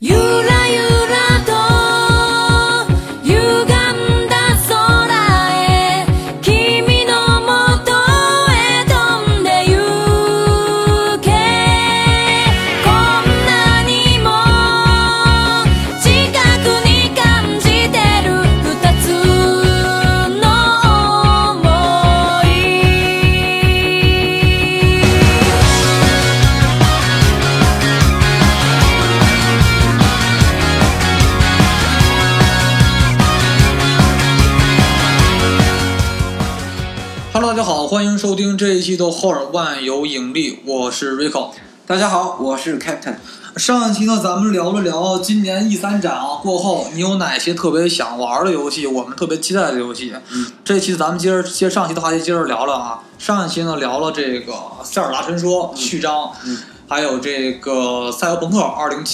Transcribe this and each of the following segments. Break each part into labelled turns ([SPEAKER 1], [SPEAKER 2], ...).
[SPEAKER 1] ゆらゆらと歪んだ空へ君のもとへ飛んでゆけこんなにも近くに感じてる二つの想い
[SPEAKER 2] Hello，大家好，欢迎收听这一期的《霍尔万有引力》，我是 Rico。
[SPEAKER 3] 大家好，我是 Captain。
[SPEAKER 2] 上一期呢，咱们聊了聊今年 E 三展啊过后，你有哪些特别想玩的游戏？我们特别期待的游戏。
[SPEAKER 3] 嗯
[SPEAKER 2] 这期咱们接着接上期的话题接着聊聊啊。上一期呢聊了这个《塞尔达传说》序章，
[SPEAKER 3] 嗯
[SPEAKER 2] 还有这个《赛博朋克2077》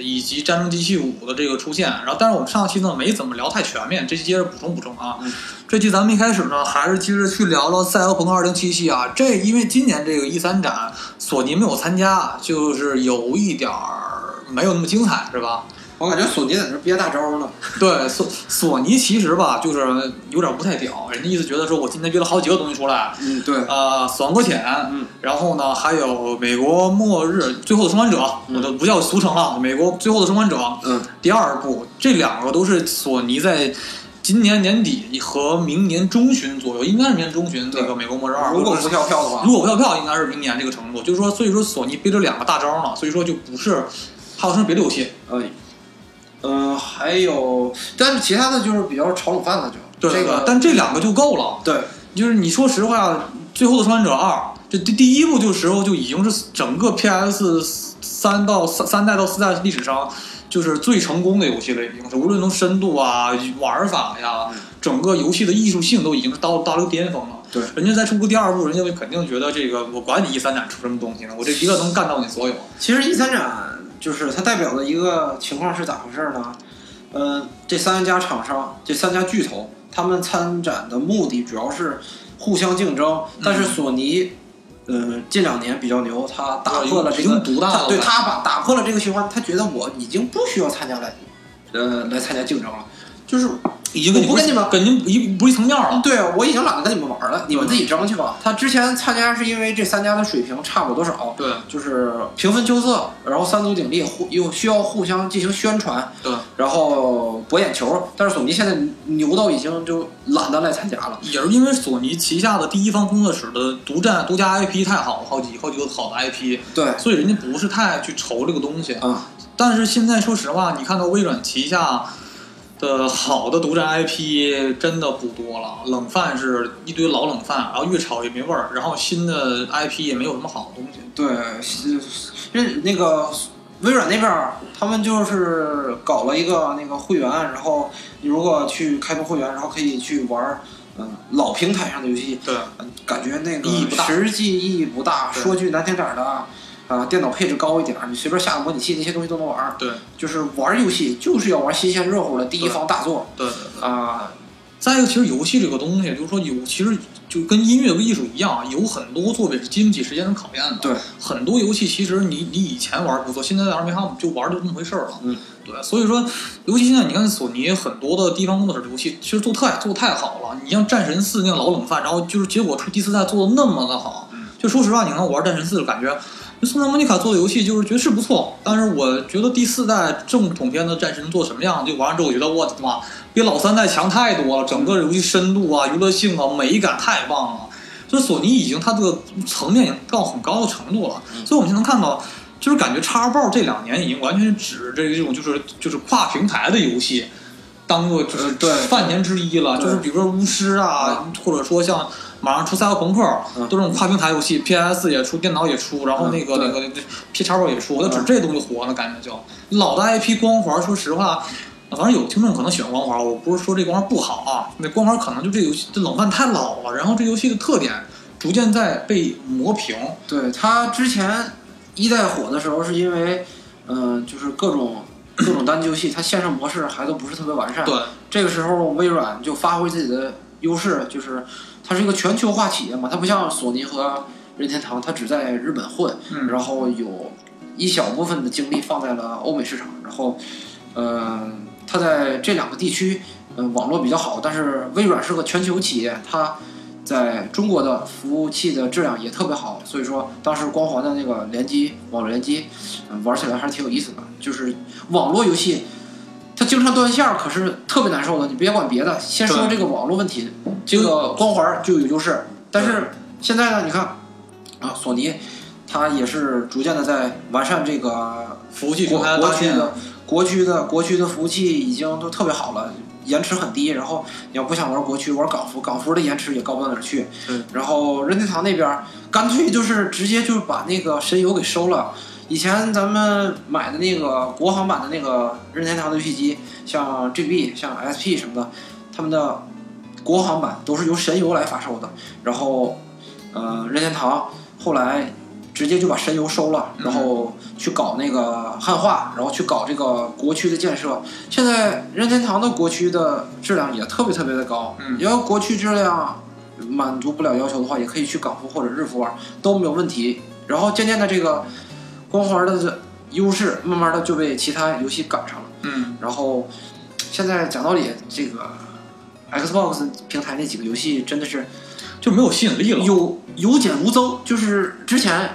[SPEAKER 2] 以及《战争机器五》的这个出现。然后，但是我们上期呢没怎么聊太全面，这期接着补充补充啊。
[SPEAKER 3] 嗯
[SPEAKER 2] 这期咱们一开始呢，还是接着去聊聊《赛博朋克2077》啊。这因为今年这个一 E 三展，索尼没有参加，就是有一点儿没有那么精彩，是吧？
[SPEAKER 3] 我感觉索尼在这憋大招呢。
[SPEAKER 2] 对索索尼其实吧，就是有点不太屌，人家意思觉得说我今天约了好几个东西出来，
[SPEAKER 3] 嗯，对，
[SPEAKER 2] 呃，死亡搁浅，
[SPEAKER 3] 嗯，
[SPEAKER 2] 然后呢，还有美国末日最后的生还者，
[SPEAKER 3] 嗯
[SPEAKER 2] 我就不叫俗称了，美国最后的生还者
[SPEAKER 3] 嗯
[SPEAKER 2] 第二部，这两个都是索尼在今年年底和明年中旬左右，应该是明年中旬
[SPEAKER 3] 对
[SPEAKER 2] 那个美国末日二，
[SPEAKER 3] 如果
[SPEAKER 2] 或者
[SPEAKER 3] 不
[SPEAKER 2] 是
[SPEAKER 3] 跳票的话
[SPEAKER 2] 如，果不要票，应该是明年这个程度，就是说，所以说索尼憋着两个大招呢，所以说就不是。还有什么别的游戏？
[SPEAKER 3] 呃，嗯，还有，但是其他的就是比较炒冷饭了，就
[SPEAKER 2] 对对
[SPEAKER 3] 这
[SPEAKER 2] 对，
[SPEAKER 3] 个，
[SPEAKER 2] 但这两个就够了。
[SPEAKER 3] 对，
[SPEAKER 2] 就是你说实话，《最后的生还者二》这第第一部就时候就已经是整个 PS 三到三三代到四代历史上就是最成功的游戏了，已经是无论从深度啊、玩法呀
[SPEAKER 3] 嗯，
[SPEAKER 2] 整个游戏的艺术性都已经到到了个巅峰了。
[SPEAKER 3] 对
[SPEAKER 2] 人家再出个第二部，人家肯定觉得这个我管你一三展出什么东西呢，我这一个能干到你所有。
[SPEAKER 3] 其实 E 三展就是它代表的一个情况是咋回事呢？呃，这三家厂商，这三家巨头，他们参展的目的主要是互相竞争。但
[SPEAKER 2] 嗯
[SPEAKER 3] 是索尼，呃，近两年比较牛，他打破了这
[SPEAKER 2] 已
[SPEAKER 3] 个
[SPEAKER 2] 经独大了
[SPEAKER 3] 对他把打破了这个循环，他觉得我已经不需要参加来，呃，来参加竞争了，就是
[SPEAKER 2] 已经跟你
[SPEAKER 3] 我不跟你嗯们
[SPEAKER 2] 跟您不一不一层面了。
[SPEAKER 3] 对啊我已经懒得跟你们玩了，你们自己争去吧。他之前参加是因为这三家的水平差不了多少，
[SPEAKER 2] 对
[SPEAKER 3] 就是平分秋色，然后三足鼎立，互又需要互相进行宣传，
[SPEAKER 2] 对，
[SPEAKER 3] 然后博眼球。但是索尼现在牛到已经就懒得来参加了。
[SPEAKER 2] 也是因为索尼旗下的第一方工作室的独占独家 IP 太好，好几好几个好的 IP，
[SPEAKER 3] 对，
[SPEAKER 2] 所以人家不是太去愁这个东西。
[SPEAKER 3] 啊，
[SPEAKER 2] 但是现在说实话，你看到微软旗下的好的独占 IP 真的不多了，冷饭是一堆老冷饭，然后越炒越没味儿，然后新的 IP 也没有什么好的东西。
[SPEAKER 3] 对，任那个微软那边儿，他们就是搞了一个那个会员，然后你如果去开通会员，然后可以去玩儿，嗯、老平台上的游戏，
[SPEAKER 2] 对，
[SPEAKER 3] 感觉那个
[SPEAKER 2] 意义不大
[SPEAKER 3] 实际意义不大。
[SPEAKER 2] 对
[SPEAKER 3] 说句难听点儿的，啊、电脑配置高一点儿，你随便下个模拟器，那些东西都能玩儿。
[SPEAKER 2] 对，
[SPEAKER 3] 就是玩儿游戏就是要玩新鲜热乎的第一方大作
[SPEAKER 2] 对，对，对。
[SPEAKER 3] 啊、
[SPEAKER 2] 再一个，其实游戏这个东西，就是说有，其实就跟音乐和艺术一样，啊有很多作品是经不起时间的考验的。
[SPEAKER 3] 对，
[SPEAKER 2] 很多游戏其实你你以前玩不错，现在玩没法就玩就这么回事儿了。
[SPEAKER 3] 嗯，
[SPEAKER 2] 对，所以说，尤其现在你看索尼很多的地方工作室的游戏，其实做太做太好了。你像《战神四》那样老冷饭，然后就是结果出第四代做的那么的好，
[SPEAKER 3] 嗯
[SPEAKER 2] 就说实话，你看我玩《战神四》的感觉。就宋丹莫妮卡做的游戏，就是觉得是不错，但是我觉得第四代正统片的战神做什么样，就完了之后，我觉得我的妈，比老三代强太多了，整个游戏深度啊、娱乐性啊、美感太棒了。就是索尼已经它这个层面已经到很高的程度了，
[SPEAKER 3] 嗯
[SPEAKER 2] 所以我们就能看到，就是感觉叉 b o 这两年已经完全指这这种就是就是跨平台的游戏。当做就是
[SPEAKER 3] 呃对
[SPEAKER 2] 饭钱之一了，
[SPEAKER 3] 对
[SPEAKER 2] 就是比如说巫师啊，或者说像马上出赛博朋克，
[SPEAKER 3] 嗯
[SPEAKER 2] 都是这种跨平台游戏，PS 也出，电脑也出，然后那个
[SPEAKER 3] 嗯对
[SPEAKER 2] 那个 P 叉 b 也出，那指
[SPEAKER 3] 嗯
[SPEAKER 2] 这东西火呢，感觉就老的 IP 光环，说实话，反正有听众可能喜欢光环，我不是说这光环不好啊，那光环可能就这游戏这冷饭太老了，然后这游戏的特点逐渐在被磨平，
[SPEAKER 3] 对，它之前一代火的时候是因为，嗯、就是各种各种单机游戏，它线上模式还都不是特别完善。
[SPEAKER 2] 对，
[SPEAKER 3] 这个时候微软就发挥自己的优势，就是它是一个全球化企业嘛，它不像索尼和任天堂，它只在日本混，
[SPEAKER 2] 嗯
[SPEAKER 3] 然后有一小部分的精力放在了欧美市场，然后，呃，它在这两个地区，呃，网络比较好，但是微软是个全球企业，它在中国的服务器的质量也特别好，所以说当时光环的那个联机网络联机、呃玩起来还是挺有意思的，就是网络游戏。它经常断线儿，可是特别难受的。你别管别的，先说
[SPEAKER 2] 对
[SPEAKER 3] 这个网络问题，这个光环儿就有优势。但是现在呢，你看啊，索尼它也是逐渐的在完善这个
[SPEAKER 2] 服务器
[SPEAKER 3] 国
[SPEAKER 2] 平台
[SPEAKER 3] 国
[SPEAKER 2] 搭
[SPEAKER 3] 区
[SPEAKER 2] 建，
[SPEAKER 3] 的国区的国区的服务器已经都特别好了，延迟很低。然后你要不想玩国区，玩港服，港服的延迟也高不到哪儿去
[SPEAKER 2] 对。
[SPEAKER 3] 然后任天堂那边儿干脆就是直接就把那个神游给收了。以前咱们买的那个国行版的那个任天堂的游戏机，像 GB、像 SP 什么的，他们的国行版都是由神游来发售的。然后，呃，任天堂后来直接就把神游收了，
[SPEAKER 2] 嗯
[SPEAKER 3] 然后去搞那个汉化，然后去搞这个国区的建设。现在任天堂的国区的质量也特别特别的高，
[SPEAKER 2] 嗯
[SPEAKER 3] 要国区质量满足不了要求的话，也可以去港服或者日服玩都没有问题。然后渐渐的这个光环的这优势，慢慢的就被其他游戏赶上了。
[SPEAKER 2] 嗯，
[SPEAKER 3] 然后现在讲道理，这个 Xbox 平台那几个游戏真的是
[SPEAKER 2] 就没有吸引力了。
[SPEAKER 3] 有有减无增，就是之前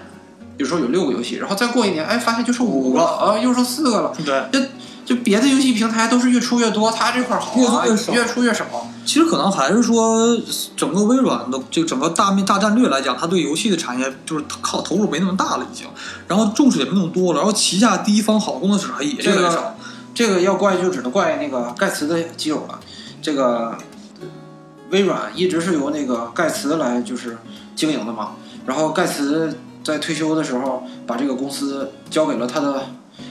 [SPEAKER 3] 比如说有六个游戏，然后再过一年，哎，发现就剩五个了，啊，又剩四个了。
[SPEAKER 2] 对，
[SPEAKER 3] 就别的游戏平台都是越出越多，它这块儿好啊，
[SPEAKER 2] 越出越少
[SPEAKER 3] 越出越少。
[SPEAKER 2] 其实可能还是说，整个微软的这个整个大面大战略来讲，它对游戏的产业就是靠投入没那么大了已经，然后重视也没那么多了，然后旗下第一方好工作者也越来越少。
[SPEAKER 3] 这个要怪就只能怪那个盖茨的基友了。这个微软一直是由那个盖茨来就是经营的嘛。然后盖茨在退休的时候，把这个公司交给了他的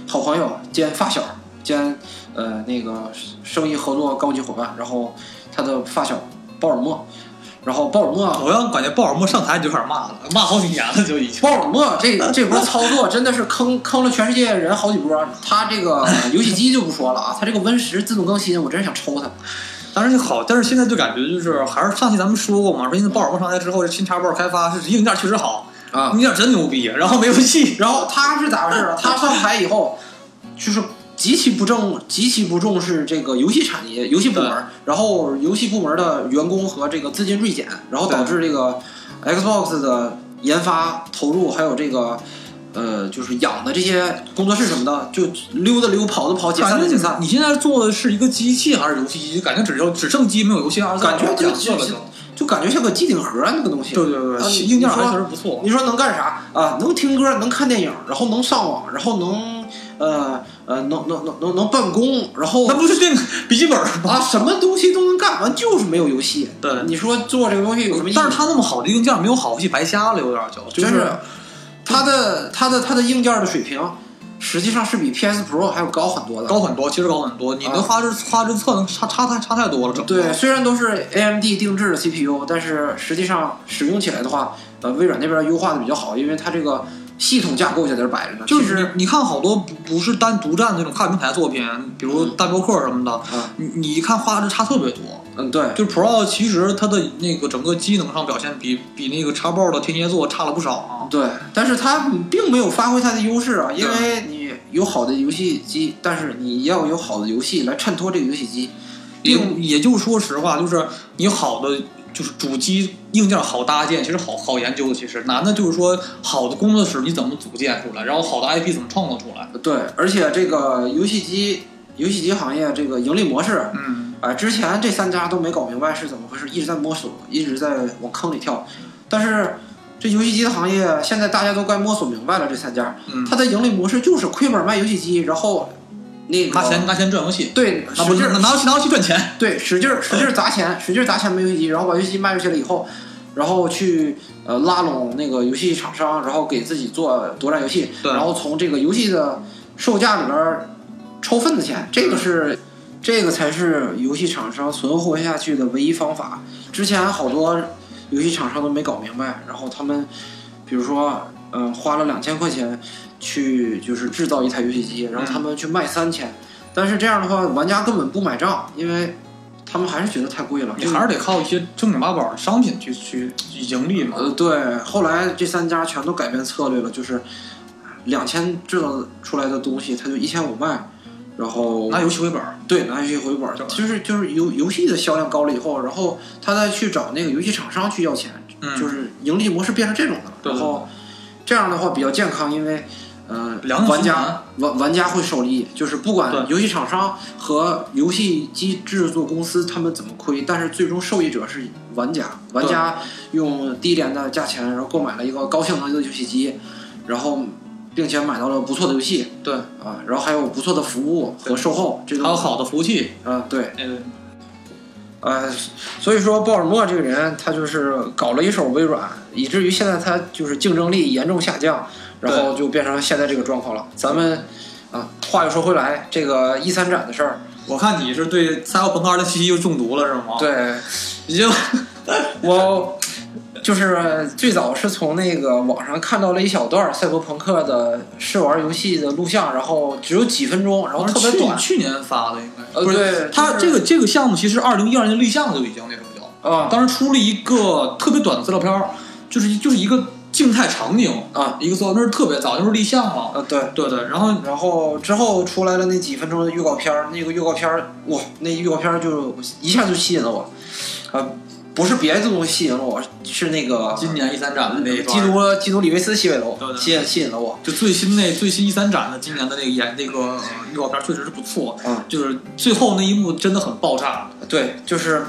[SPEAKER 3] 好朋友兼发小兼呃那个生意合作高级伙伴，然后他的发小鲍尔默。然后鲍尔默
[SPEAKER 2] 呃我要感觉鲍尔默上台你就开始骂了，骂好几年了就已经。
[SPEAKER 3] 鲍尔默这这波操作真的是坑坑了全世界人好几波。他这个游戏机就不说了啊，他这个 Win 十自动更新，我真是想抽他。
[SPEAKER 2] 当然就好，但是现在就感觉就是还是上期咱们说过嘛，说现在鲍尔默上台之后，这新叉 box 开发是硬件确实好，
[SPEAKER 3] 啊
[SPEAKER 2] 硬件真牛逼，然后没游戏，
[SPEAKER 3] 然后他是咋回事啊？他上台以后，就是极其不重，极其不重视这个游戏产业、游戏部门，然后游戏部门的员工和这个资金锐减，然后导致这个 Xbox 的研发投入还有这个。呃，就是养的这些工作室什么的，就溜达溜、跑的跑、解散
[SPEAKER 2] 感
[SPEAKER 3] 的
[SPEAKER 2] 觉
[SPEAKER 3] 解散。
[SPEAKER 2] 你现在做的是一个机器还是游戏机？感觉只剩只剩机没有游戏二十四
[SPEAKER 3] 感觉就
[SPEAKER 2] 两个了哦就。
[SPEAKER 3] 就感觉像个机顶盒啊，那个东西。
[SPEAKER 2] 对对对
[SPEAKER 3] 啊
[SPEAKER 2] 对，
[SPEAKER 3] 你
[SPEAKER 2] 硬件
[SPEAKER 3] 你
[SPEAKER 2] 还
[SPEAKER 3] 说
[SPEAKER 2] 确实不错。
[SPEAKER 3] 你说能干啥啊？能听歌，能看电影，然后能上网，然后能呃呃能能能能能办公，然后
[SPEAKER 2] 那不是电笔记本 儿吗？
[SPEAKER 3] 啊什么东西都能干，完就是没有游戏。
[SPEAKER 2] 对
[SPEAKER 3] 你说做这个东西有什么意义？
[SPEAKER 2] 但是它那么好的硬件，没有好游戏白瞎了，有点儿就就
[SPEAKER 3] 真是它的它的它的硬件的水平，实际上是比 PS Pro 还要高很多的。
[SPEAKER 2] 高很多，其实高很多。你的
[SPEAKER 3] 啊
[SPEAKER 2] 画质、画质测能差差太差太多了，整个
[SPEAKER 3] 对，虽然都是 AMD 定制的 CPU，但是实际上使用起来的话，呃，微软那边优化的比较好，因为它这个系统架构在这儿摆着呢。
[SPEAKER 2] 就
[SPEAKER 3] 其
[SPEAKER 2] 是
[SPEAKER 3] 实
[SPEAKER 2] 你你看好多不不是单独占那种跨平台作品，比如
[SPEAKER 3] 嗯
[SPEAKER 2] 大镖客什么的，
[SPEAKER 3] 啊，
[SPEAKER 2] 你你一看画质差特别多。
[SPEAKER 3] 嗯，对，
[SPEAKER 2] 就是 Pro 其实它的那个整个机能上表现比比那个叉 box 的天蝎座差了不少啊。
[SPEAKER 3] 对，但是它并没有发挥它的优势啊，因为你有好的游戏机，但是你要有好的游戏来衬托这个游戏机，并
[SPEAKER 2] 并也就说实话，就是你好的就是主机硬件好搭建，其实好好研究的。其实难的就是说好的工作室你怎么组建出来，然后好的 IP 怎么创造出来。
[SPEAKER 3] 对，而且这个游戏机游戏机行业这个盈利模式，
[SPEAKER 2] 嗯，
[SPEAKER 3] 啊，之前这三家都没搞明白是怎么回事，一直在摸索，一直在往坑里跳。
[SPEAKER 2] 嗯
[SPEAKER 3] 但是这游戏机的行业现在大家都该摸索明白了，这三家
[SPEAKER 2] 嗯
[SPEAKER 3] 它的盈利模式就是亏本卖游戏机，然后那个
[SPEAKER 2] 拿钱拿钱赚游戏，
[SPEAKER 3] 对
[SPEAKER 2] 啊不
[SPEAKER 3] 使劲
[SPEAKER 2] 是
[SPEAKER 3] 儿
[SPEAKER 2] 拿游戏拿游戏赚钱。
[SPEAKER 3] 对使劲儿使劲儿砸钱，使劲儿砸钱卖游戏机，然后把游戏机卖出去了以后，然后去呃拉拢那个游戏厂商，然后给自己做独占游戏，
[SPEAKER 2] 对
[SPEAKER 3] 然后从这个游戏的售价里边儿抽份子钱，这个是这个才是游戏厂商存活下去的唯一方法。之前好多游戏厂商都没搞明白，然后他们比如说嗯、呃花了两千块钱去就是制造一台游戏机，然后他们去卖三千，但是这样的话玩家根本不买账，因为他们还是觉得太贵了，
[SPEAKER 2] 你
[SPEAKER 3] 这个
[SPEAKER 2] 还是得靠一些正经八百的商品去去去盈利嘛。
[SPEAKER 3] 呃呃，对，后来这三家全都改变策略了，就是两千制造出来的东西，它就一千五卖，然后
[SPEAKER 2] 拿游戏回本儿，
[SPEAKER 3] 对，拿游戏回本儿，
[SPEAKER 2] 对
[SPEAKER 3] 就是就是游游戏的销量高了以后，然后他再去找那个游戏厂商去要钱，
[SPEAKER 2] 嗯
[SPEAKER 3] 就是盈利模式变成这种的了。
[SPEAKER 2] 对
[SPEAKER 3] 然后这样的话比较健康，因为呃，
[SPEAKER 2] 良性
[SPEAKER 3] 玩
[SPEAKER 2] 循
[SPEAKER 3] 家
[SPEAKER 2] 环
[SPEAKER 3] 玩玩家会受利益，就是不管
[SPEAKER 2] 对
[SPEAKER 3] 游戏厂商和游戏机制作公司他们怎么亏，但是最终受益者是玩家，玩家用低廉的价钱，然后购买了一个高性能的游戏机，然后并且买到了不错的游戏
[SPEAKER 2] 对，
[SPEAKER 3] 啊，然后还有不错的服务和
[SPEAKER 2] 对
[SPEAKER 3] 售后，这个
[SPEAKER 2] 还有好的服务器，
[SPEAKER 3] 啊，对，
[SPEAKER 2] 呃，
[SPEAKER 3] 呃，所以说鲍尔默这个人，他就是搞了一手微软，以至于现在他就是竞争力严重下降，然后就变成现在这个状况了。咱们啊，话又说回来，这个一三展的事儿，
[SPEAKER 2] 我看你是对《赛博朋克二零七七》又中毒了是吗？，
[SPEAKER 3] 对
[SPEAKER 2] 已经
[SPEAKER 3] 我就是最早是从那个网上看到了一小段赛博朋克的试玩游戏的录像，然后只有几分钟，然后特别短
[SPEAKER 2] 啊去去年发的应该，
[SPEAKER 3] 呃
[SPEAKER 2] 不
[SPEAKER 3] 对
[SPEAKER 2] 是他
[SPEAKER 3] 就是
[SPEAKER 2] 这个这个项目其实二零一二年立项就已经那种叫，
[SPEAKER 3] 啊
[SPEAKER 2] 当时出了一个特别短的资料片儿，就是就是一个静态场景，
[SPEAKER 3] 啊
[SPEAKER 2] 一个资料片儿特别早，就是立项嘛。
[SPEAKER 3] 啊，对。
[SPEAKER 2] 对对，然后
[SPEAKER 3] 然后之后出来了那几分钟的预告片儿，那个预告片儿，哇，那预告片儿就一下就吸引了我，啊、不是别的东西吸引了我，是那个
[SPEAKER 2] 今年一三展的那一段
[SPEAKER 3] 基督基督里维斯吸引了
[SPEAKER 2] 对
[SPEAKER 3] 我，
[SPEAKER 2] 对
[SPEAKER 3] 吸引吸引了我，
[SPEAKER 2] 就最新那最新一 E 三展的今年的那个演那个呃预告片确实是不错，
[SPEAKER 3] 嗯
[SPEAKER 2] 就是最后那一幕真的很爆炸，
[SPEAKER 3] 对，就是。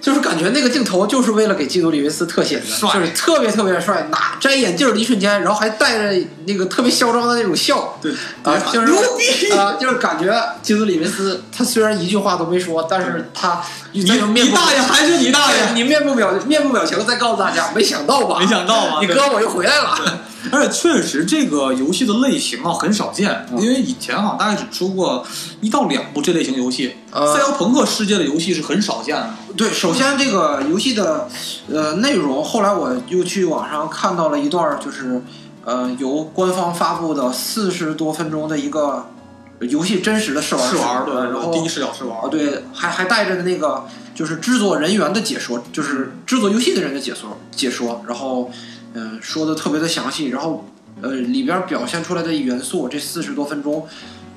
[SPEAKER 3] 就是感觉那个镜头就是为了给基督里维斯特写的，
[SPEAKER 2] 帅
[SPEAKER 3] 就是特别特别帅，拿摘眼镜儿的一瞬间，然后还带着那个特别嚣张的那种笑，
[SPEAKER 2] 对
[SPEAKER 3] 啊，就是
[SPEAKER 2] 牛逼！
[SPEAKER 3] 啊，就是感觉基督里维斯他虽然一句话都没说，但是他
[SPEAKER 2] 你
[SPEAKER 3] 那个面
[SPEAKER 2] 你
[SPEAKER 3] 部
[SPEAKER 2] 大爷还是你大爷！
[SPEAKER 3] 你面部表面部表情在告诉大家，没想到吧？
[SPEAKER 2] 没想到吧
[SPEAKER 3] 呃你
[SPEAKER 2] 对
[SPEAKER 3] 哥我又回来了。
[SPEAKER 2] 而且确实这个游戏的类型啊很少见，
[SPEAKER 3] 嗯
[SPEAKER 2] 因为以前好像大概只出过一到两部这类型游戏，
[SPEAKER 3] 呃
[SPEAKER 2] 赛博朋克世界的游戏是很少见的。
[SPEAKER 3] 对，首先这个游戏的呃内容，后来我又去网上看到了一段儿，就是呃由官方发布的四十多分钟的一个游戏真实的试玩
[SPEAKER 2] 试玩对，
[SPEAKER 3] 然后
[SPEAKER 2] 第一视角试
[SPEAKER 3] 啊
[SPEAKER 2] 玩，
[SPEAKER 3] 对，还还带着那个就是制作人员的解说，就是制作游戏的人的解说解说，然后嗯、呃说的特别的详细，然后呃里边儿表现出来的元素这四十多分钟，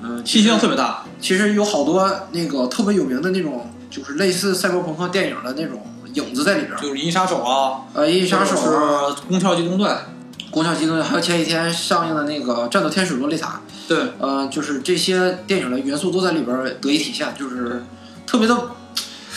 [SPEAKER 3] 嗯、呃，
[SPEAKER 2] 信息量特别大。
[SPEAKER 3] 其实有好多那个特别有名的那种，就是类似赛博朋克电影的那种影子在里边儿。
[SPEAKER 2] 就是《银翼杀手》啊，
[SPEAKER 3] 呃，《银翼杀手》啊，
[SPEAKER 2] 是《宫壳机动队》，
[SPEAKER 3] 《攻壳机动队》，还有前几天上映的那个《战斗天使洛丽塔》，
[SPEAKER 2] 对，
[SPEAKER 3] 呃，就是这些电影的元素都在里边儿得以体现，就是特别的、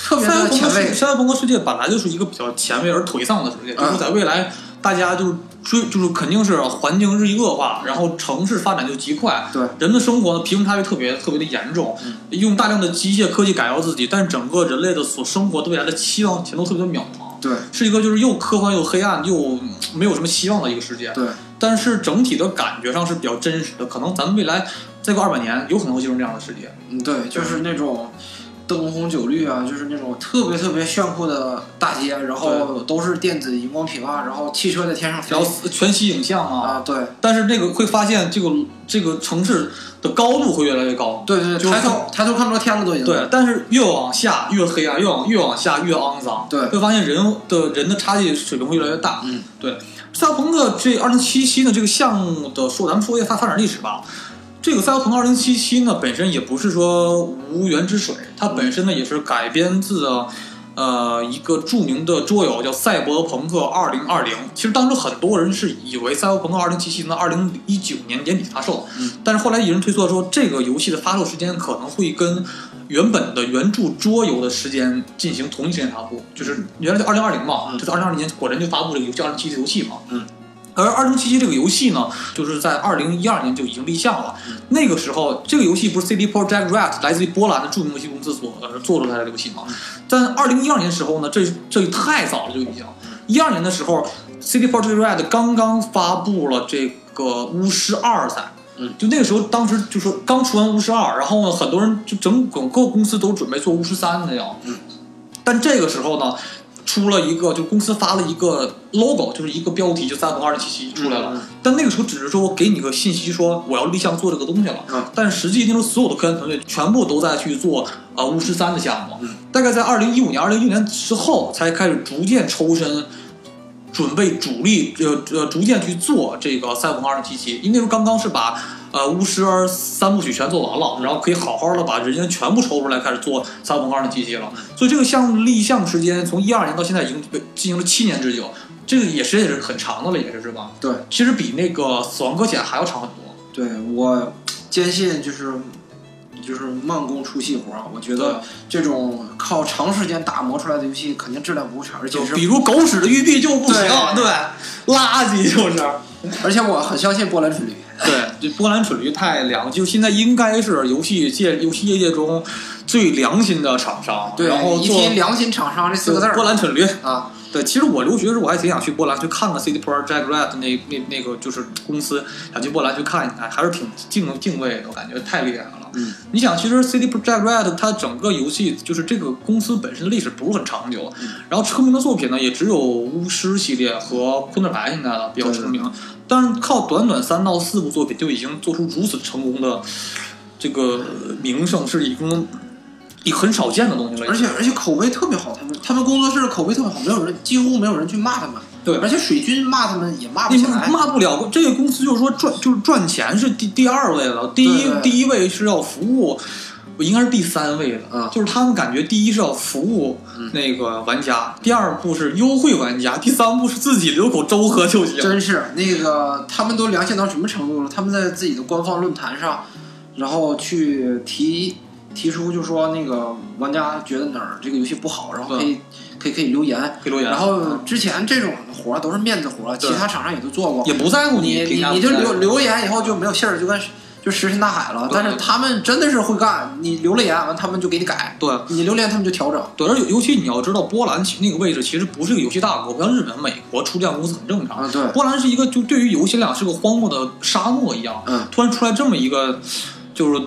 [SPEAKER 3] 特别
[SPEAKER 2] 赛博朋克
[SPEAKER 3] 的前
[SPEAKER 2] 世
[SPEAKER 3] 卫
[SPEAKER 2] 界，。赛博朋克世界本来就是一个比较前卫而颓丧的世界，就是
[SPEAKER 3] 嗯
[SPEAKER 2] 说在未来大家就是追，就是肯定是环境日益恶化，然后城市发展就极快，
[SPEAKER 3] 对，
[SPEAKER 2] 人的生活呢贫富差距特别特别的严重，用大量的机械科技改造自己，但是整个人类的所生活对未来的期望前途特别的渺茫。
[SPEAKER 3] 对
[SPEAKER 2] 是一个就是又科幻又黑暗又嗯没有什么希望的一个世界，
[SPEAKER 3] 对
[SPEAKER 2] 但是整体的感觉上是比较真实的。可能咱们未来再过二百年，有可能会进入那样的世界。
[SPEAKER 3] 嗯对，就是那种灯红酒绿啊，就是那种特别特别炫酷的大街，然后都是电子荧光屏啊，然后汽车在天上飞
[SPEAKER 2] 然后全息影像啊，
[SPEAKER 3] 啊，对
[SPEAKER 2] 但是这个会发现这个这个城市的高度会越来越高。
[SPEAKER 3] 对对，
[SPEAKER 2] 就是
[SPEAKER 3] 抬头抬头看不着天了都已经。
[SPEAKER 2] 对，但是越往下越黑暗，越往越往下越肮脏。
[SPEAKER 3] 对
[SPEAKER 2] 会发现人的人的差距水平会越来越大。
[SPEAKER 3] 嗯，
[SPEAKER 2] 对。赛博朋克这二零七七呢，这个项目的说，咱们说一下发发展历史吧。这个赛博朋克二零七七呢，本身也不是说无源之水，它本身呢也是改编自呃一个著名的桌游叫《赛博朋克二零二零》。其实当时很多人是以为《赛博朋克二零七七》呢，二零一九年年底发售，
[SPEAKER 3] 嗯
[SPEAKER 2] 但是后来有人推测说，这个游戏的发售时间可能会跟原本的原著桌游的时间进行同一时间发布，就是原来在二零二零嘛，
[SPEAKER 3] 嗯
[SPEAKER 2] 这次二零二零年果然就发布这个游戏二零七七游戏嘛，
[SPEAKER 3] 嗯。
[SPEAKER 2] 而二零七七这个游戏呢，就是在二零一二年就已经立项了。
[SPEAKER 3] 嗯
[SPEAKER 2] 那个时候，这个游戏不是 CD Projekt Red 来自于波兰的著名游戏公司所呃做出来的游戏吗？
[SPEAKER 3] 嗯
[SPEAKER 2] 但二零一二年时候呢，这这太早了就已经。
[SPEAKER 3] 嗯
[SPEAKER 2] 一二年的时候，CD Projekt Red 刚刚发布了这个《巫师二》在，
[SPEAKER 3] 嗯，
[SPEAKER 2] 就那个时候，当时就说刚出完《巫师二》，然后呢，很多人就整整个公司都准备做《巫师三》的要，
[SPEAKER 3] 嗯，
[SPEAKER 2] 但这个时候呢，出了一个，就公司发了一个 logo，就是一个标题，就三横二零七七出来了。
[SPEAKER 3] 嗯嗯
[SPEAKER 2] 但那个时候只是说我给你个信息，说我要立项做这个东西了。
[SPEAKER 3] 嗯
[SPEAKER 2] 但实际那时候所有的科研团队全部都在去做啊巫师三的项目。
[SPEAKER 3] 嗯
[SPEAKER 2] 大概在二零一五年、二零一六年之后，才开始逐渐抽身，准备主力呃呃逐渐去做这个《赛博朋克2077》，因为那时候刚刚是把呃巫师三部曲全做完了，然后可以好好的把人员全部抽出来开始做《赛博朋克2077》了。
[SPEAKER 3] 嗯
[SPEAKER 2] 所以这个项目立项时间从一二年到现在已经被进行了七年之久，这个也时间也是很长的了，也是是吧？
[SPEAKER 3] 对，
[SPEAKER 2] 其实比那个《死亡搁浅》还要长很多。
[SPEAKER 3] 对我坚信就是就是慢工出细活儿啊，我觉得这种靠长时间打磨出来的游戏肯定质量不会差，而且
[SPEAKER 2] 就是比如狗屎的玉璧就不行，
[SPEAKER 3] 对
[SPEAKER 2] 对，垃圾就是。
[SPEAKER 3] 而且我很相信波兰蠢驴。
[SPEAKER 2] 对，这波兰蠢驴太良，就现在应该是游戏界、游戏业界中最良心的厂商。
[SPEAKER 3] 对，
[SPEAKER 2] 然后
[SPEAKER 3] 一
[SPEAKER 2] 做
[SPEAKER 3] 提良心厂商这四个字
[SPEAKER 2] 对
[SPEAKER 3] 儿，
[SPEAKER 2] 波兰蠢驴。
[SPEAKER 3] 啊，
[SPEAKER 2] 对，其实我留学的时候我还挺想去波兰去看看 CD Projekt Red 那那那个就是公司，想去波兰去看一看，还是挺敬敬畏的，我感觉太厉害了。
[SPEAKER 3] 嗯，
[SPEAKER 2] 你想，其实 CD Projekt Red 它整个游戏就是这个公司本身的历史不是很长久，
[SPEAKER 3] 嗯
[SPEAKER 2] 然后出名的作品呢也只有巫师系列和昆特牌现在的比较出名，但是靠短短三到四部作品就已经做出如此成功的这个名声，是已经一很少见的东西了。
[SPEAKER 3] 而且而且口碑特别好，他们他们工作室的口碑特别好，没有人几乎没有人去骂他们，
[SPEAKER 2] 对
[SPEAKER 3] 而且水军骂他们也骂不
[SPEAKER 2] 你
[SPEAKER 3] 起
[SPEAKER 2] 们
[SPEAKER 3] 来，
[SPEAKER 2] 骂不了这个公司，就是说赚就是赚钱是第第二位的，第一
[SPEAKER 3] 对对
[SPEAKER 2] 第一位是要服务，应该是第三位的，
[SPEAKER 3] 嗯
[SPEAKER 2] 就是他们感觉第一是要服务
[SPEAKER 3] 嗯
[SPEAKER 2] 那个玩家，第二步是优惠玩家，第三步是自己留口粥喝就行。
[SPEAKER 3] 真是那个，他们都良心到什么程度了？他们在自己的官方论坛上，然后去提提出，就说那个玩家觉得哪儿这个游戏不好，然后可以可以可以留言。
[SPEAKER 2] 给留言，
[SPEAKER 3] 然后之前这种活儿都是面子活儿，
[SPEAKER 2] 对
[SPEAKER 3] 其他厂商也都做过。
[SPEAKER 2] 也不在乎
[SPEAKER 3] 你
[SPEAKER 2] 评
[SPEAKER 3] 你
[SPEAKER 2] 价
[SPEAKER 3] 你就
[SPEAKER 2] 不在乎
[SPEAKER 3] 留留言以后就没有信儿，就跟就石沉大海了。
[SPEAKER 2] 对
[SPEAKER 3] 但是他们真的是会干，你留了言完他们就给你改，
[SPEAKER 2] 对。
[SPEAKER 3] 你留言他们就调整。
[SPEAKER 2] 对，而且尤其你要知道，波兰其那个位置其实不是一个游戏大国，不像日本、美国出这样的公司很正常。
[SPEAKER 3] 啊，对，
[SPEAKER 2] 波兰是一个就对于游戏来讲是个荒漠的沙漠一样，
[SPEAKER 3] 嗯，
[SPEAKER 2] 突然出来这么一个就是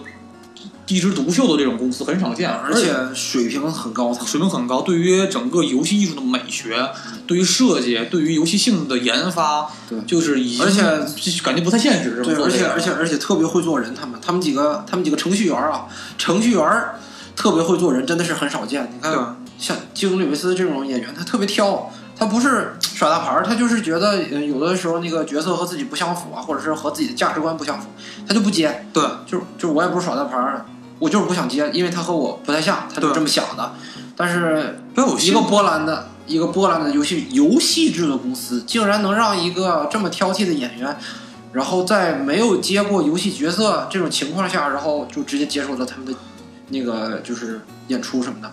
[SPEAKER 2] 一枝独秀的这种公司很少见，
[SPEAKER 3] 而且水平很高，他们
[SPEAKER 2] 水平很高，对于整个游戏艺术的美学，对于设计，对于游戏性的研发，
[SPEAKER 3] 对
[SPEAKER 2] 就是已经
[SPEAKER 3] 而且
[SPEAKER 2] 就感觉不太现实，是吧？
[SPEAKER 3] 对，
[SPEAKER 2] 做
[SPEAKER 3] 而
[SPEAKER 2] 这
[SPEAKER 3] 且
[SPEAKER 2] 个
[SPEAKER 3] 而且而且特别会做人，他们他们几个他们几个程序员啊，程序员儿特别会做人，真的是很少见。你
[SPEAKER 2] 对
[SPEAKER 3] 看，像基努里维斯这种演员，他特别挑，他不是耍大牌儿，他就是觉得呃有的时候那个角色和自己不相符啊，或者是和自己的价值观不相符，他就不接。
[SPEAKER 2] 对
[SPEAKER 3] 就就我也不是耍大牌儿，我就是不想接，因为他和我不太像，他就
[SPEAKER 2] 对
[SPEAKER 3] 这么想的。但是
[SPEAKER 2] 不要有
[SPEAKER 3] 一
[SPEAKER 2] 希
[SPEAKER 3] 个
[SPEAKER 2] 望。
[SPEAKER 3] 波兰的一个波兰的游戏游戏制作公司，竟然能让一个这么挑剔的演员，然后在没有接过游戏角色这种情况下，然后就直接接受了他们的那个就是演出什么的。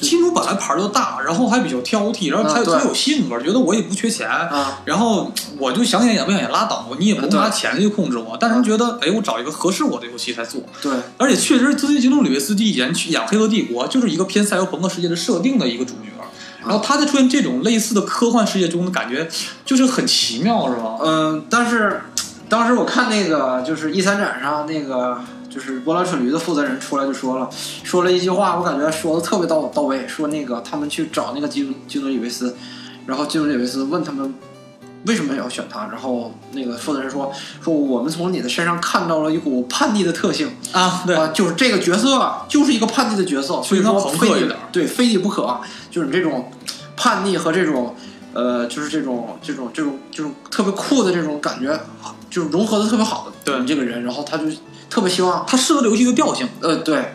[SPEAKER 2] 基努本来牌儿就大，然后还比较挑剔，然后他
[SPEAKER 3] 嗯对
[SPEAKER 2] 他有性格，觉得我也不缺钱，
[SPEAKER 3] 啊，
[SPEAKER 2] 然后我就想演也不想演拉倒，你也不
[SPEAKER 3] 嗯
[SPEAKER 2] 拿
[SPEAKER 3] 对
[SPEAKER 2] 钱去控制我，但是觉得哎，我找一个合适我的游戏才做。
[SPEAKER 3] 对
[SPEAKER 2] 而且确实，资金经理维斯基以前去演《黑客帝国》，就是一个偏赛博朋克世界的设定的一个主角。然后他在出现这种类似的科幻世界中的感觉，就是很奇妙，是吧？
[SPEAKER 3] 嗯、但是当时我看那个就是一三展上那个。就是波兰蠢驴的负责人出来就说了，说了一句话，我感觉说的特别到到位。说那个他们去找那个基努基努里维斯，然后基努里维斯问他们为什么要选他，然后那个负责人说说我们从你的身上看到了一股叛逆的特性
[SPEAKER 2] 啊，对
[SPEAKER 3] 啊，就是这个角色啊就是一个叛逆的角色，所以
[SPEAKER 2] 非常
[SPEAKER 3] 说
[SPEAKER 2] 朋克
[SPEAKER 3] 非
[SPEAKER 2] 一
[SPEAKER 3] 你
[SPEAKER 2] 点儿
[SPEAKER 3] 对非你不可，就是你这种叛逆和这种呃，就是这种这种这种这种特别酷的这种感觉，就是融合的特别好的
[SPEAKER 2] 对
[SPEAKER 3] 你这个人，然后他就特别希望
[SPEAKER 2] 他适合这游戏的调性。
[SPEAKER 3] 呃对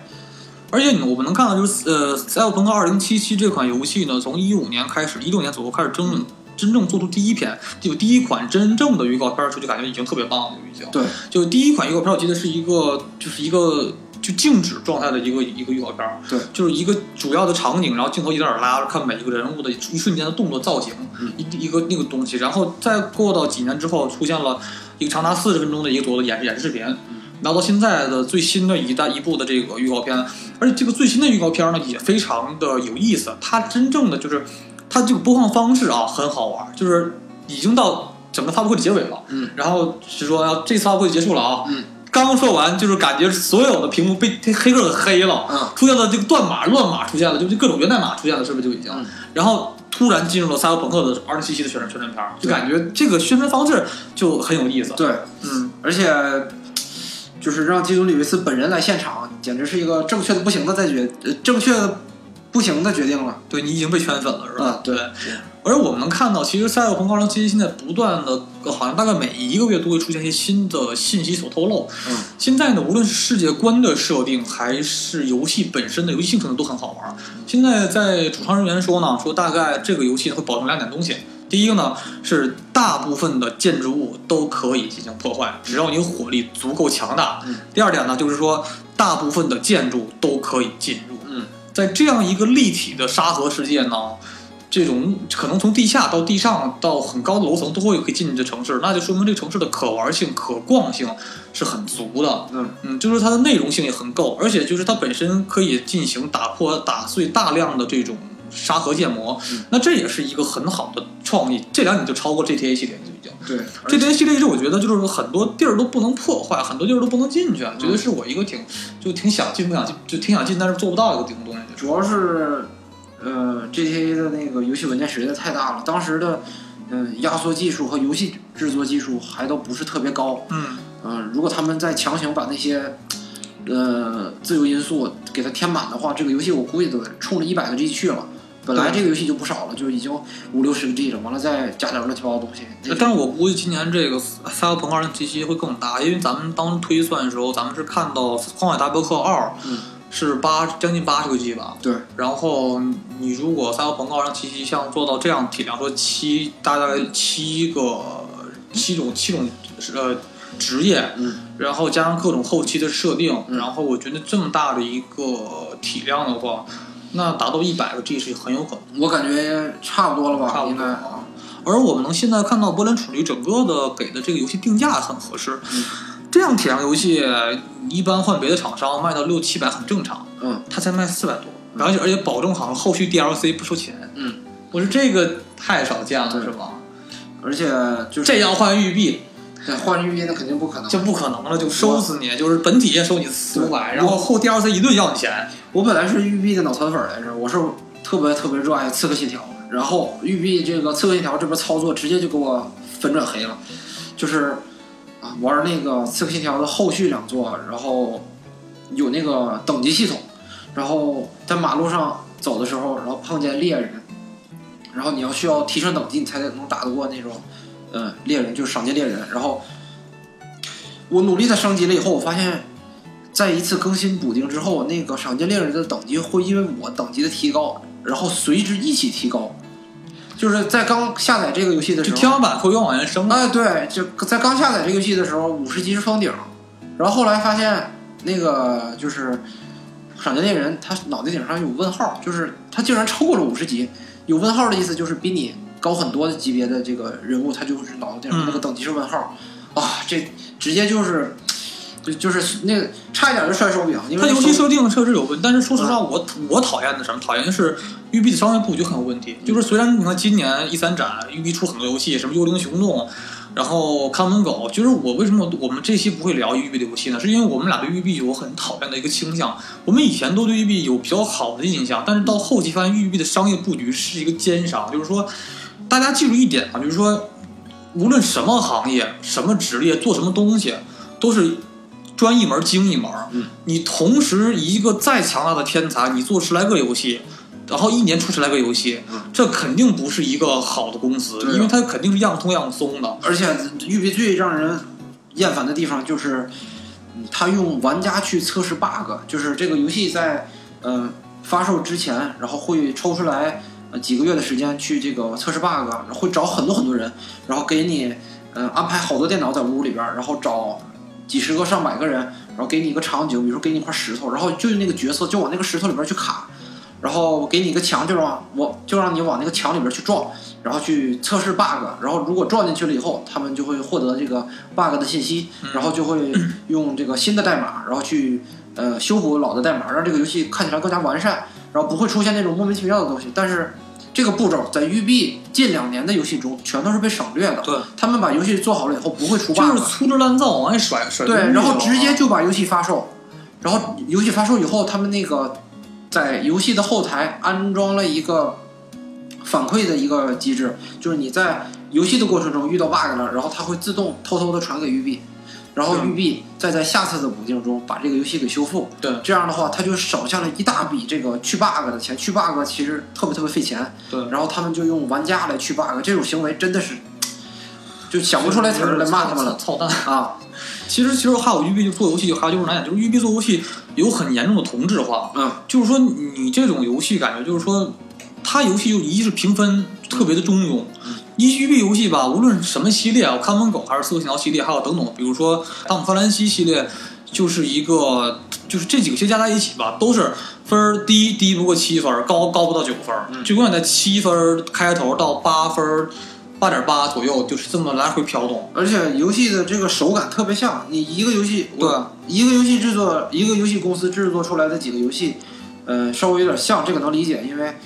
[SPEAKER 2] 而且你我们能看到，就是呃，《赛博朋克2077》这款游戏呢，从一五年开始，一六年左右开始真正真正做出第一篇，就第一款真正的预告片儿出去，感觉已经特别棒了，已经。
[SPEAKER 3] 对
[SPEAKER 2] 就第一款预告片，我记得是一个，就是一个就静止状态的一个一个预告片儿，
[SPEAKER 3] 对
[SPEAKER 2] 就是一个主要的场景，然后镜头一点点拉着看每一个人物的一瞬间的动作造型，
[SPEAKER 3] 嗯
[SPEAKER 2] 一一个那个东西，然后再过到几年之后，出现了一个长达四十分钟的一个左右的演示演示视频，
[SPEAKER 3] 嗯
[SPEAKER 2] 然后到现在的最新的一代一部的这个预告片，而且这个最新的预告片呢也非常的有意思，它真正的就是它这个播放方式啊很好玩，就是已经到整个发布会的结尾了，
[SPEAKER 3] 嗯，
[SPEAKER 2] 然后是说要这次发布会结束了啊，
[SPEAKER 3] 嗯，
[SPEAKER 2] 刚刚说完就是感觉所有的屏幕被黑黑客给黑了，
[SPEAKER 3] 嗯
[SPEAKER 2] 出现了这个断码、乱码出现了，就就各种源代码出现了，是不是就已经？
[SPEAKER 3] 嗯
[SPEAKER 2] 然后突然进入了赛博朋克的二零七七的宣传宣传片儿，就感觉这个宣传方式就很有意思，
[SPEAKER 3] 对，
[SPEAKER 2] 嗯，
[SPEAKER 3] 而且就是让基努里维斯本人来现场，简直是一个正确的不行的在决，呃正确的不不行的决定了。
[SPEAKER 2] 对你已经被圈粉了，是吧？
[SPEAKER 3] 啊对
[SPEAKER 2] 对。而我们能看到，其实《赛博朋克二零七七》现在不断的，好像大概每一个月都会出现一些新的信息所透露。
[SPEAKER 3] 嗯，
[SPEAKER 2] 现在呢，无论是世界观的设定，还是游戏本身的游戏性可能都很好玩。现在在主创人员说呢，说大概这个游戏会保证两点东西。第一个呢是大部分的建筑物都可以进行破坏，只要你火力足够强大。
[SPEAKER 3] 嗯
[SPEAKER 2] 第二点呢就是说，大部分的建筑都可以进入。
[SPEAKER 3] 嗯，
[SPEAKER 2] 在这样一个立体的沙河世界呢，这种可能从地下到地上到很高的楼层都会可以进入这城市，那就说明这个城市的可玩性、可逛性是很足的。
[SPEAKER 3] 嗯
[SPEAKER 2] 嗯，就是它的内容性也很够，而且就是它本身可以进行打破、打碎大量的这种沙盒建模，
[SPEAKER 3] 嗯
[SPEAKER 2] 那这也是一个很好的创意。这两点就超过 GTA 系列就已经。
[SPEAKER 3] 对，而且
[SPEAKER 2] GTA 系列是我觉得就是很多地儿都不能破坏，很多地儿都不能进去，觉得是我一个挺就挺想进不想进就挺想进，但是做不到一个这种东西。
[SPEAKER 3] 主要是呃 GTA 的那个游戏文件实在太大了，当时的嗯、压缩技术和游戏制作技术还都不是特别高。
[SPEAKER 2] 嗯，
[SPEAKER 3] 嗯、如果他们再强行把那些呃自由因素给它填满的话，这个游戏我估计都得冲着一百个 G 去了。本来
[SPEAKER 2] 对
[SPEAKER 3] 这个游戏就不少了，就已经五六十个 G 了，完了再加点乱七八糟的东西。那
[SPEAKER 2] 但是我估计今年这个《赛博朋克二零七七》会更大，因为咱们当时推算的时候，咱们是看到《荒野大镖客二》
[SPEAKER 3] 嗯
[SPEAKER 2] 是八将近八十个 G 吧。
[SPEAKER 3] 对，
[SPEAKER 2] 然后你如果《赛博朋克二零七七》像做到这样体量，说七大概七个七种七种呃职业，
[SPEAKER 3] 嗯，
[SPEAKER 2] 然后加上各种后期的设定，
[SPEAKER 3] 嗯
[SPEAKER 2] 然后我觉得这么大的一个体量的话，那达到一百个 G 是很有可能。
[SPEAKER 3] 我感觉差不多了吧，
[SPEAKER 2] 差不
[SPEAKER 3] 应
[SPEAKER 2] 多
[SPEAKER 3] 该
[SPEAKER 2] 啊。而我们能现在看到《波兰处女》整个的给的这个游戏定价很合适，
[SPEAKER 3] 嗯
[SPEAKER 2] 这样体量游戏一般换别的厂商卖到六七百很正常，
[SPEAKER 3] 嗯，
[SPEAKER 2] 它才卖四百多，而且而且保证好像后续 DLC 不收钱。
[SPEAKER 3] 嗯，
[SPEAKER 2] 我说这个太少见了，
[SPEAKER 3] 对
[SPEAKER 2] 是吧？
[SPEAKER 3] 而且就是
[SPEAKER 2] 这要换育碧
[SPEAKER 3] 对换日币那肯定不可能。
[SPEAKER 2] 就不可能了，就收死你，就是本体也收你四五百，
[SPEAKER 3] 对
[SPEAKER 2] 然后后 DLC 一顿要你钱。
[SPEAKER 3] 我本来是育碧的脑残粉来着，我是特别特别热爱《刺客信条》，然后育碧这个《刺客信条》这边操作直接就给我粉转黑了，就是啊玩那个《刺客信条》的后续两座，然后有那个等级系统，然后在马路上走的时候，然后碰见猎人，然后你要需要提升等级，你才能打得过那种嗯猎人，就是赏金猎人，然后。我努力的升级了以后，我发现在一次更新补丁之后，那个赏金猎人的等级会因为我等级的提高，然后随之一起提高。就是在刚下载这个游戏的时
[SPEAKER 2] 就
[SPEAKER 3] 候，
[SPEAKER 2] 天花板会越往前升的，
[SPEAKER 3] 哎，对，就在刚下载这个游戏的时候，五十级是封顶，然后后来发现那个就是赏金猎人，他脑袋顶上有问号，就是他竟然超过了五十级。有问号的意思就是比你高很多的级别的这个人物，他就是脑袋顶上
[SPEAKER 2] 嗯
[SPEAKER 3] 那个等级是问号，啊，这直接就是就就是那个差一点就摔手柄，因为嗯
[SPEAKER 2] 它
[SPEAKER 3] 那
[SPEAKER 2] 游戏
[SPEAKER 3] 手
[SPEAKER 2] 设定设置有问题，但是说实话，我我讨厌的是什么？讨厌的是育碧的商业布局很有问题。
[SPEAKER 3] 嗯
[SPEAKER 2] 就是虽然你看今年一 E 三展，育碧出很多游戏，什么《幽灵行动》，然后《看门狗》，就是我为什么我们这期不会聊育碧的游戏呢？是因为我们俩对育碧有很讨厌的一个倾向。我们以前都对育碧有比较好的印象，但是到后期发现育碧的商业布局是一个奸商，就是说大家记住一点啊，就是说无论什么行业、什么职业、做什么东西，都是专一门儿精一门儿。
[SPEAKER 3] 嗯
[SPEAKER 2] 你同时一个再强大的天才，你做十来个游戏，然后一年出十来个游戏，
[SPEAKER 3] 嗯
[SPEAKER 2] 这肯定不是一个好的公司，
[SPEAKER 3] 对啊
[SPEAKER 2] 因为它肯定是样通样松的。
[SPEAKER 3] 而且育碧最让人厌烦的地方就是，嗯他用玩家去测试 bug，就是这个游戏在嗯、呃发售之前，然后会抽出来呃几个月的时间去这个测试 bug，然后会找很多很多人，然后给你嗯、呃安排好多电脑在屋里边儿，然后找几十个上百个人，然后给你一个场景，比如说给你一块石头，然后就那个角色就往那个石头里边去卡。然后给你一个墙，就让我就让你往那个墙里边去撞，然后去测试 bug，然后如果撞进去了以后，他们就会获得这个 bug 的信息，然后就会用这个新的代码，然后去呃修补老的代码，让这个游戏看起来更加完善，然后不会出现那种莫名其妙的东西。但是这个步骤在育碧近两年的游戏中全都是被省略的，
[SPEAKER 2] 对，
[SPEAKER 3] 他们把游戏做好了以后不会出 bug，
[SPEAKER 2] 就是粗制滥造往外甩甩东西啊。
[SPEAKER 3] 对，然后直接就把游戏发售，然后游戏发售以后，他们那个在游戏的后台安装了一个反馈的一个机制，就是你在游戏的过程中遇到 bug 了，然后它会自动偷偷的传给育碧，然后
[SPEAKER 2] 是
[SPEAKER 3] 育碧再在下次的补丁中把这个游戏给修复。
[SPEAKER 2] 对
[SPEAKER 3] 这样的话，他就少下了一大笔这个去 bug 的钱，去 bug 其实特别特别费钱。
[SPEAKER 2] 对，
[SPEAKER 3] 然后他们就用玩家来去 bug，这种行为真的是就想不出来词儿来骂他们了
[SPEAKER 2] 操蛋。
[SPEAKER 3] 啊！
[SPEAKER 2] 其实其实还有育碧做游戏，还有就是难点，就是育碧做游戏有很严重的同质化，
[SPEAKER 3] 嗯，
[SPEAKER 2] 就是说你这种游戏感觉就是说，它游戏就一是评分特别的中庸
[SPEAKER 3] 嗯。
[SPEAKER 2] 一育碧游戏吧，无论什么系列啊，看门狗还是刺客信条系列，还有等等，比如说汤姆克兰西系列，就是一个就是这几个系列加在一起吧，都是分儿低低不过七分儿，高高不到九分儿，
[SPEAKER 3] 嗯
[SPEAKER 2] 就永远在七分儿开头到八分儿八点八左右，就是这么来回飘动。
[SPEAKER 3] 而且游戏的这个手感特别像，你一个游戏，
[SPEAKER 2] 对啊
[SPEAKER 3] 我一个游戏制作，一个游戏公司制作出来的几个游戏，呃，稍微有点像，这个能理解，因为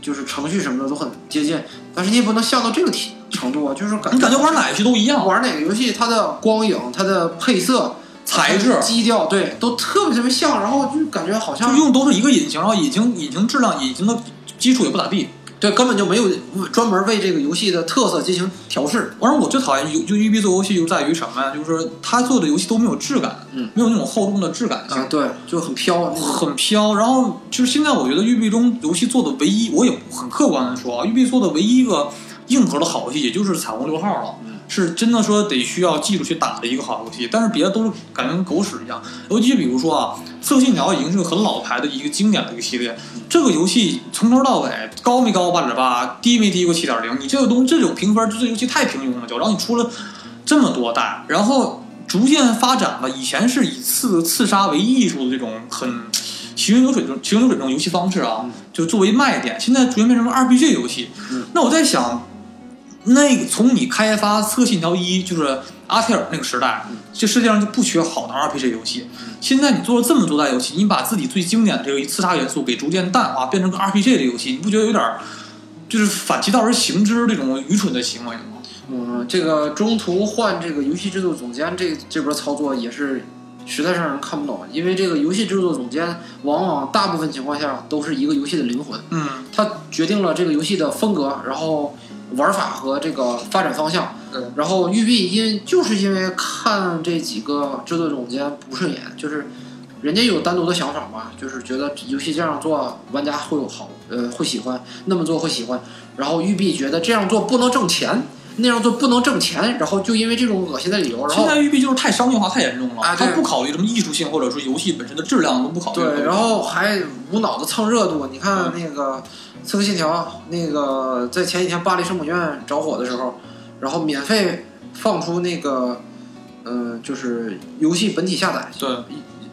[SPEAKER 3] 就是程序什么的都很接近，但是你也不能像到这个体程度啊，就是感
[SPEAKER 2] 你感觉玩哪个游戏都一样，
[SPEAKER 3] 玩哪个游戏，它的光影、它的配色、
[SPEAKER 2] 材质
[SPEAKER 3] 它的基调，对，都特别特别像，然后就感觉好
[SPEAKER 2] 就
[SPEAKER 3] 像
[SPEAKER 2] 用都是一个引擎，然后引擎引擎质量、引擎的基础也不咋地。
[SPEAKER 3] 对根本就没有专门为这个游戏的特色进行调试，
[SPEAKER 2] 而我最讨厌就就育碧做游戏就在于什么呀？就是他做的游戏都没有质感，
[SPEAKER 3] 嗯，
[SPEAKER 2] 没有那种厚重的质感性，
[SPEAKER 3] 啊，对，就很飘，啊那种
[SPEAKER 2] 很飘。然后就是现在我觉得育碧中游戏做的唯一，我也很客观的说啊，育碧做的唯一一个硬核的好游戏，也就是《彩虹六号》了。
[SPEAKER 3] 嗯
[SPEAKER 2] 是真的说得需要技术去打的一个好游戏，但是别的都是感觉跟狗屎一样。尤其比如说啊，《刺客信条》已经是个很老牌的一个经典的一个系列，
[SPEAKER 3] 嗯
[SPEAKER 2] 这个游戏从头到尾高没高八点八，低没低过七点零，你这个东这种评分，这个游戏太平庸了就。然后你出了这么多代，然后逐渐发展了，以前是以刺刺杀为艺术的这种很。行云流水这种行云流水这种游戏方式啊
[SPEAKER 3] 嗯，
[SPEAKER 2] 就作为卖点，现在逐渐变成了 RPG 游戏。
[SPEAKER 3] 嗯
[SPEAKER 2] 那我在想，那个从你开发《刺客信条一》就是阿泰尔那个时代
[SPEAKER 3] 嗯，
[SPEAKER 2] 这世界上就不缺好的 RPG 游戏。现在你做了这么多代游戏，你把自己最经典的这个刺杀元素给逐渐淡化，变成个 RPG 的游戏，你不觉得有点儿就是反其道而行之这种愚蠢的行为吗？
[SPEAKER 3] 嗯，这个中途换这个游戏制作总监这这波操作也是实在是让人看不懂，啊因为这个游戏制作总监往往大部分情况下都是一个游戏的灵魂，
[SPEAKER 2] 嗯，
[SPEAKER 3] 它决定了这个游戏的风格，然后玩法和这个发展方向。
[SPEAKER 2] 对
[SPEAKER 3] 然后育碧因就是因为看这几个制作总监不顺眼，就是人家有单独的想法嘛，就是觉得游戏这样做玩家会有好，呃，会喜欢，那么做会喜欢。然后育碧觉得这样做不能挣钱，那样做不能挣钱，然后就因为这种恶心的理由，然
[SPEAKER 2] 现
[SPEAKER 3] 后
[SPEAKER 2] 在育碧就是太商业化太严重了，
[SPEAKER 3] 啊
[SPEAKER 2] 它
[SPEAKER 3] 对
[SPEAKER 2] 不考虑什么艺术性或者说游戏本身的质量都不考虑。
[SPEAKER 3] 对，然后还无脑的蹭热度。你
[SPEAKER 2] 嗯
[SPEAKER 3] 看那个《刺客信条》，那个在前几天巴黎圣母院着火的时候，然后免费放出那个，呃，就是游戏本体下载，
[SPEAKER 2] 对，
[SPEAKER 3] 《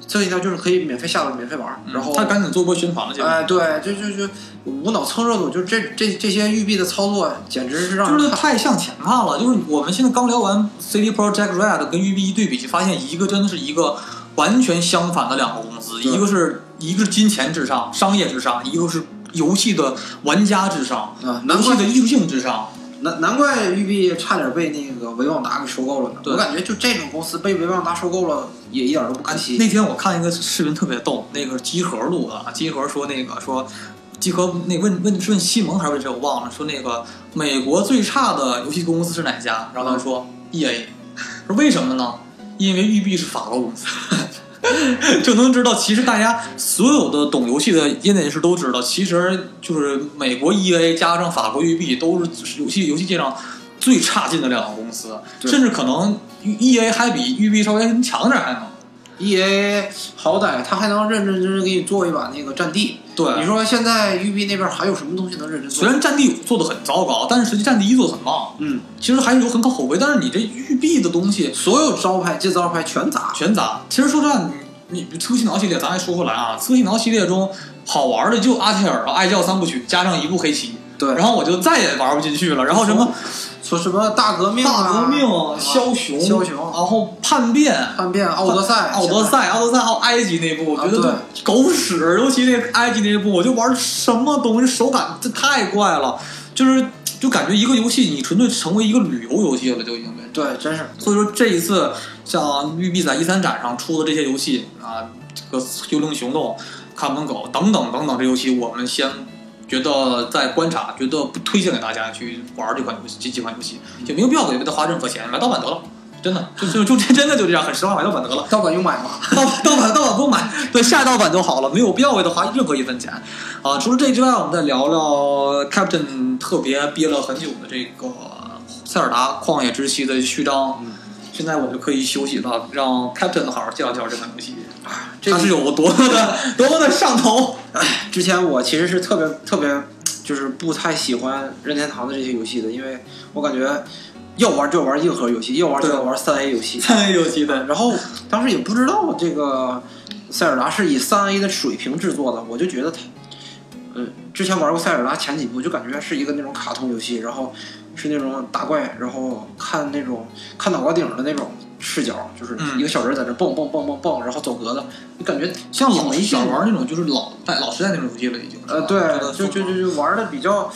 [SPEAKER 3] 刺客信条》就是可以免费下载、免费玩。
[SPEAKER 2] 嗯
[SPEAKER 3] 然后，
[SPEAKER 2] 他赶紧做波宣传了，现在。
[SPEAKER 3] 哎，对，就就就无脑蹭热度，就这这这些育碧的操作，简直是让
[SPEAKER 2] 就
[SPEAKER 3] 人
[SPEAKER 2] 是
[SPEAKER 3] 看。
[SPEAKER 2] 太向前看了。就是我们现在刚聊完 CD Project Red 跟育碧一对比，就发现一个真的是一个完全相反的两个公司，
[SPEAKER 3] 对
[SPEAKER 2] 一个是一个是金钱至上、商业至上，一个是游戏的玩家至上、
[SPEAKER 3] 啊，难
[SPEAKER 2] 游
[SPEAKER 3] 怪
[SPEAKER 2] 戏的艺术性至上。
[SPEAKER 3] 难难怪育碧差点被那个维旺达给收购了呢。
[SPEAKER 2] 对
[SPEAKER 3] 我感觉就这种公司被维旺达收购了，也一点都不可惜。
[SPEAKER 2] 那天我看一个视频特别逗，那个集合录的，啊，集合说那个说。集合那问问是问西蒙还是问谁我忘了，说那个美国最差的游戏公司是哪家？然后他说 E A，说为什么呢？因为育碧是法国公司， 就能知道其实大家所有的懂游戏的业内人士都知道，其实就是美国 E A 加上法国育碧都是游戏游戏界上最差劲的两个公司，
[SPEAKER 3] 对
[SPEAKER 2] 甚至可能 E A 还比育碧稍微强点儿还能。
[SPEAKER 3] E A 好歹他还能认认真真给你做一把那个战地。你
[SPEAKER 2] 对，
[SPEAKER 3] 说现在育碧那边还有什么东西能认真做
[SPEAKER 2] 虽？然战地五做的很糟糕，但是实际战地一做的很棒，
[SPEAKER 3] 嗯，
[SPEAKER 2] 其实还是有很可口碑。但是你这育碧的东西
[SPEAKER 3] 所有招牌这招牌全砸。
[SPEAKER 2] 全砸。其实说实话，你你刺客信条系列，咱还说回来啊，刺客信条系列中好玩的就阿提尔和爱教三部曲，加上一部黑棋，
[SPEAKER 3] 对，
[SPEAKER 2] 然后我就再也玩不进去了。然后什么
[SPEAKER 3] 说什么大革命啊、
[SPEAKER 2] 大革命、
[SPEAKER 3] 啊
[SPEAKER 2] 枭雄、
[SPEAKER 3] 枭雄啊
[SPEAKER 2] 然后叛变。
[SPEAKER 3] 叛变、奥德赛、
[SPEAKER 2] 奥德赛、奥德赛还有埃及那部，我觉得
[SPEAKER 3] 啊
[SPEAKER 2] 都狗屎，尤其那埃及那部，我就玩什么东西，手感这太怪了，就是就感觉一个游戏你纯粹成为一个旅游游戏了，就已经变成。
[SPEAKER 3] 对，真是
[SPEAKER 2] 所以说这一次像育碧在一三展上出的这些游戏啊，这个《幽灵行动》《看门狗》等等等等，这游戏我们先觉得在观察，觉得不推荐给大家去玩这款游戏，这几款游戏也没有必要给它花任何钱，买盗版得了。真的就就就真真的就这样，很实话买盗版得了，
[SPEAKER 3] 盗版有买 吗？
[SPEAKER 2] 盗盗版盗版不买，对下盗版就好了，没有必要为它花任何一分钱啊。除了这之外，我们再聊聊 Captain 特别憋了很久的这个塞尔达旷野之息的序章。
[SPEAKER 3] 嗯
[SPEAKER 2] 现在我们就可以休息了，让 Captain 好好介绍介绍这款游戏，
[SPEAKER 3] 这
[SPEAKER 2] 它
[SPEAKER 3] 个
[SPEAKER 2] 是有多么 的多么的上头。
[SPEAKER 3] 之前我其实是特别特别，就是不太喜欢任天堂的这些游戏的，因为我感觉要玩就玩硬核游戏，要玩就要玩三 A 游戏。
[SPEAKER 2] 三 A 游戏的，
[SPEAKER 3] 然后当时也不知道这个塞尔达是以三 A 的水平制作的，我就觉得它，嗯、之前玩过塞尔达前几部，就感觉是一个那种卡通游戏，然后是那种打怪，然后看那种看脑瓜顶的那种视角，就是
[SPEAKER 2] 嗯
[SPEAKER 3] 一个小人在那蹦蹦蹦蹦蹦，然后走格子，就感觉
[SPEAKER 2] 像老
[SPEAKER 3] 没劲
[SPEAKER 2] 想玩那种就是老代老时代那种游戏了，已经。
[SPEAKER 3] 呃，
[SPEAKER 2] 是吧
[SPEAKER 3] 对，就就就就玩的比较，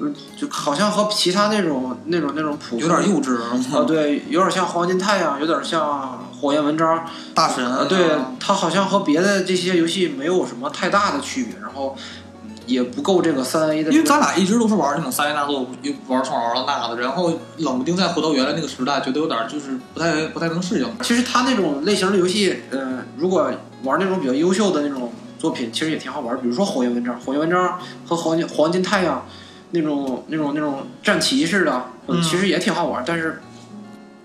[SPEAKER 3] 呃就好像和其他那种那种那种普
[SPEAKER 2] 有
[SPEAKER 3] 通
[SPEAKER 2] 点幼稚，
[SPEAKER 3] 啊、对，有点像黄金太阳，有点像火焰文章，
[SPEAKER 2] 大神嗯
[SPEAKER 3] 呃，对，它好像和别的这些游戏没有什么太大的区别，然后嗯也不够这个三 A 的这个，
[SPEAKER 2] 因为咱俩一直都是玩那种三 A 大作，又玩上玩到那的，然后冷不丁再回到原来那个时代，觉得有点就是不太不太能适应。
[SPEAKER 3] 其实它那种类型的游戏，呃，如果玩那种比较优秀的那种作品，其实也挺好玩。比如说《火焰文章》，《火焰文章》和《黄金黄金太阳》那种那种那种战旗似的，
[SPEAKER 2] 嗯
[SPEAKER 3] 其实也挺好玩。但是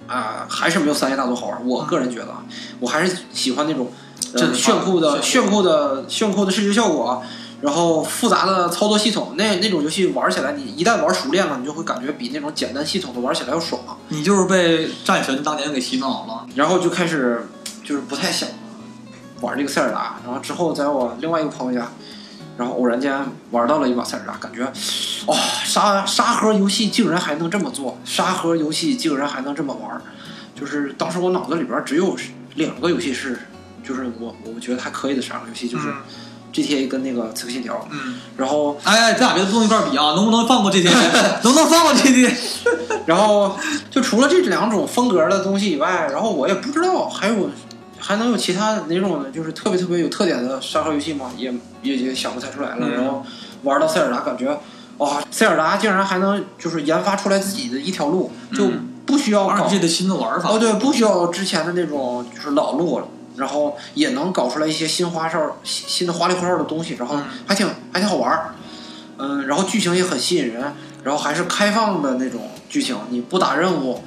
[SPEAKER 3] 啊、还是没有三 A 大作好玩。我个人觉得啊，我还是喜欢那种、
[SPEAKER 2] 震
[SPEAKER 3] 呃、
[SPEAKER 2] 撼
[SPEAKER 3] 炫酷的、
[SPEAKER 2] 炫
[SPEAKER 3] 炫酷的、炫酷的视觉效果。然后复杂的操作系统，那那种游戏玩起来，你一旦玩熟练了，你就会感觉比那种简单系统的玩起来要爽。
[SPEAKER 2] 你就是被战神当年给洗脑了。
[SPEAKER 3] 然后就开始就是不太想玩这个塞尔达，然后之后在我另外一个朋友家，然后偶然间玩到了一把塞尔达，感觉哦，沙沙盒游戏竟然还能这么做，沙盒游戏竟然还能这么玩儿，就是当时我脑子里边只有两个游戏是，就是我我觉得还可以的沙盒游戏，就是
[SPEAKER 2] 嗯
[SPEAKER 3] GTA 跟那个刺客信条，
[SPEAKER 2] 嗯，
[SPEAKER 3] 然后
[SPEAKER 2] 哎哎，咱俩别不用一块儿比啊，能不能放过这些？ 能不能放过这 些？
[SPEAKER 3] 然后就除了这两种风格的东西以外，然后我也不知道还有还能有其他哪种的，就是特别特别有特点的沙盒游戏吗？也也也想不太出来了。
[SPEAKER 2] 嗯
[SPEAKER 3] 然后玩到塞尔达，感觉哇，塞尔达竟然还能就是研发出来自己的一条路，就
[SPEAKER 2] 嗯
[SPEAKER 3] 不需要搞、
[SPEAKER 2] RPG 的新的玩法。
[SPEAKER 3] 哦对，不需要之前的那种就是老路。然后也能搞出来一些新花哨、新新的花里胡哨的东西，然后
[SPEAKER 2] 嗯
[SPEAKER 3] 还挺还挺好玩儿，嗯，然后剧情也很吸引人，然后还是开放的那种剧情，你不打任务，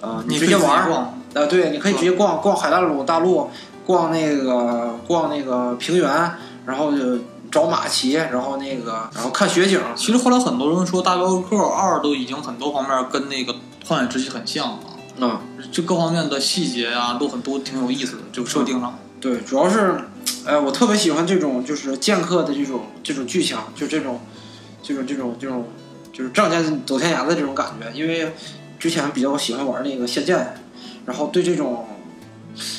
[SPEAKER 3] 呃，
[SPEAKER 2] 你
[SPEAKER 3] 直接玩儿，啊、
[SPEAKER 2] 逛，嗯
[SPEAKER 3] 对，你可以直接逛逛海大陆大陆，逛那个逛那个平原，然后就找马骑，然后那个然后看雪景，
[SPEAKER 2] 其实后来很多人说《大镖客二》都已经很多方面跟那个《旷野之息》很像了，
[SPEAKER 3] 嗯，
[SPEAKER 2] 就各方面的细节啊都很多，挺有意思的，就设定上。
[SPEAKER 3] 对，主要是，哎，我特别喜欢这种就是剑客的这种这种剧情，就这种，这种这种这种就是仗剑走天涯的这种感觉。因为之前比较喜欢玩那个《仙剑》，然后对这种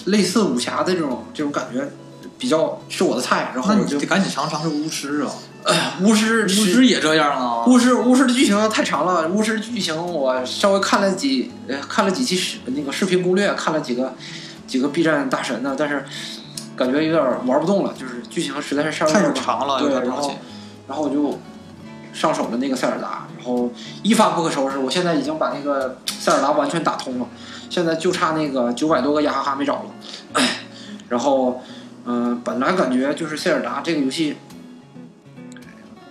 [SPEAKER 3] 类似武侠的这种这种感觉比较是我的菜。然后
[SPEAKER 2] 那
[SPEAKER 3] 我
[SPEAKER 2] 你
[SPEAKER 3] 就
[SPEAKER 2] 就得赶紧尝尝试巫师啊！
[SPEAKER 3] 巫师
[SPEAKER 2] 巫师也这样啊？
[SPEAKER 3] 巫师巫师的剧情太长了，巫师剧情我稍微看了几呃看了几期视那个视频攻略，看了几个几个 B 站大神的，但是感觉有点玩不动了，就是剧情实在是上
[SPEAKER 2] 太冗长了，有
[SPEAKER 3] 对，
[SPEAKER 2] 点
[SPEAKER 3] 然
[SPEAKER 2] 东西
[SPEAKER 3] 后。然后我就上手了那个塞尔达，然后一发不可收拾。我现在已经把那个塞尔达完全打通了，现在就差那个九百多个雅哈哈没找了。哎然后，嗯、本来感觉就是塞尔达这个游戏，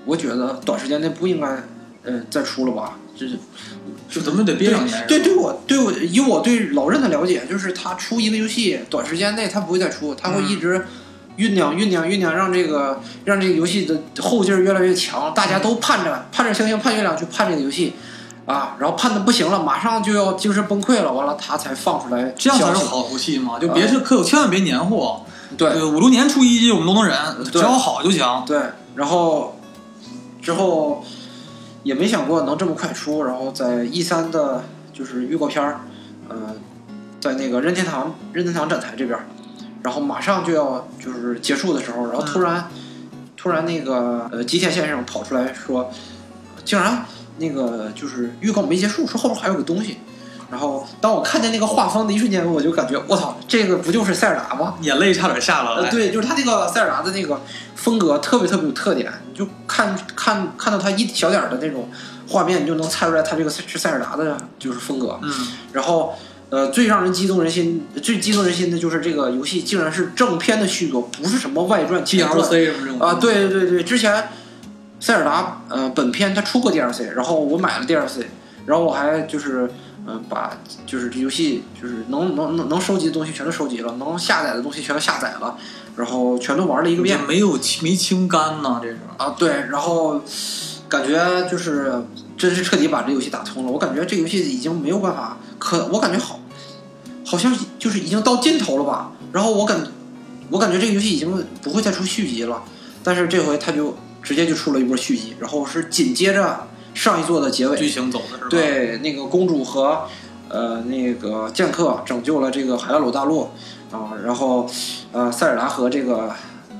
[SPEAKER 3] 我觉得短时间内不应该，呃，再出了吧。就是
[SPEAKER 2] 就咱们得憋两年。
[SPEAKER 3] 对，对我对我以我对老任的了解，就是他出一个游戏，短时间内他不会再出，他会
[SPEAKER 2] 嗯
[SPEAKER 3] 一直酝酿酝酿酝酿，让这个让这个游戏的后劲儿越来越强，大家都盼着盼着星星盼月亮去盼这个游戏。啊，然后盼的不行了，马上就要精神崩溃了，完了他才放出来
[SPEAKER 2] 这样才
[SPEAKER 3] 消
[SPEAKER 2] 是
[SPEAKER 3] 息
[SPEAKER 2] 好游戏嘛，就别是可千万别年货。
[SPEAKER 3] 对
[SPEAKER 2] 对，五六年出一季我们都能忍，
[SPEAKER 3] 对
[SPEAKER 2] 只要好就行。
[SPEAKER 3] 对，然后之后也没想过能这么快出，然后在 E 三的，就是预告片儿，呃，在那个任天堂任天堂展台这边儿，然后马上就要就是结束的时候，然后突然、突然那个呃吉田先生跑出来说，竟然那个就是预告没结束，说后边还有个东西。然后，当我看见那个画风的一瞬间，我就感觉我操，这个不就是塞尔达吗？
[SPEAKER 2] 眼泪差点下了
[SPEAKER 3] 呃，
[SPEAKER 2] 来。
[SPEAKER 3] 对，就是他那个塞尔达的那个风格特别特别有特点，你就看看看到他一小点儿的那种画面，你就能猜出来他这个是塞尔达的，就是风格。
[SPEAKER 2] 嗯，
[SPEAKER 3] 然后呃，最让人激动人心、最激动人心的就是这个游戏竟然是正片的续作，不是什么外传、前传
[SPEAKER 2] DLC 什么这种
[SPEAKER 3] 啊！对对对，之前塞尔达呃本片它出过 DLC，然后我买了 DLC，然后我还就是嗯、呃把就是这游戏就是能能能能收集的东西全都收集了，能下载的东西全都下载了，然后全都玩了一个
[SPEAKER 2] 也
[SPEAKER 3] 遍。
[SPEAKER 2] 没有没清干呢，这是。
[SPEAKER 3] 啊，对，然后感觉就是真是彻底把这游戏打通了。我感觉这游戏已经没有办法可，我感觉好，好像就是已经到尽头了吧。然后我感，我感觉这个游戏已经不会再出续集了，但是这回他就直接就出了一波续集，然后是紧接着上一座的结尾，
[SPEAKER 2] 剧情走的是吧？，
[SPEAKER 3] 对，那个公主和呃那个剑客拯救了这个海拉鲁大陆啊、然后呃塞尔达和这个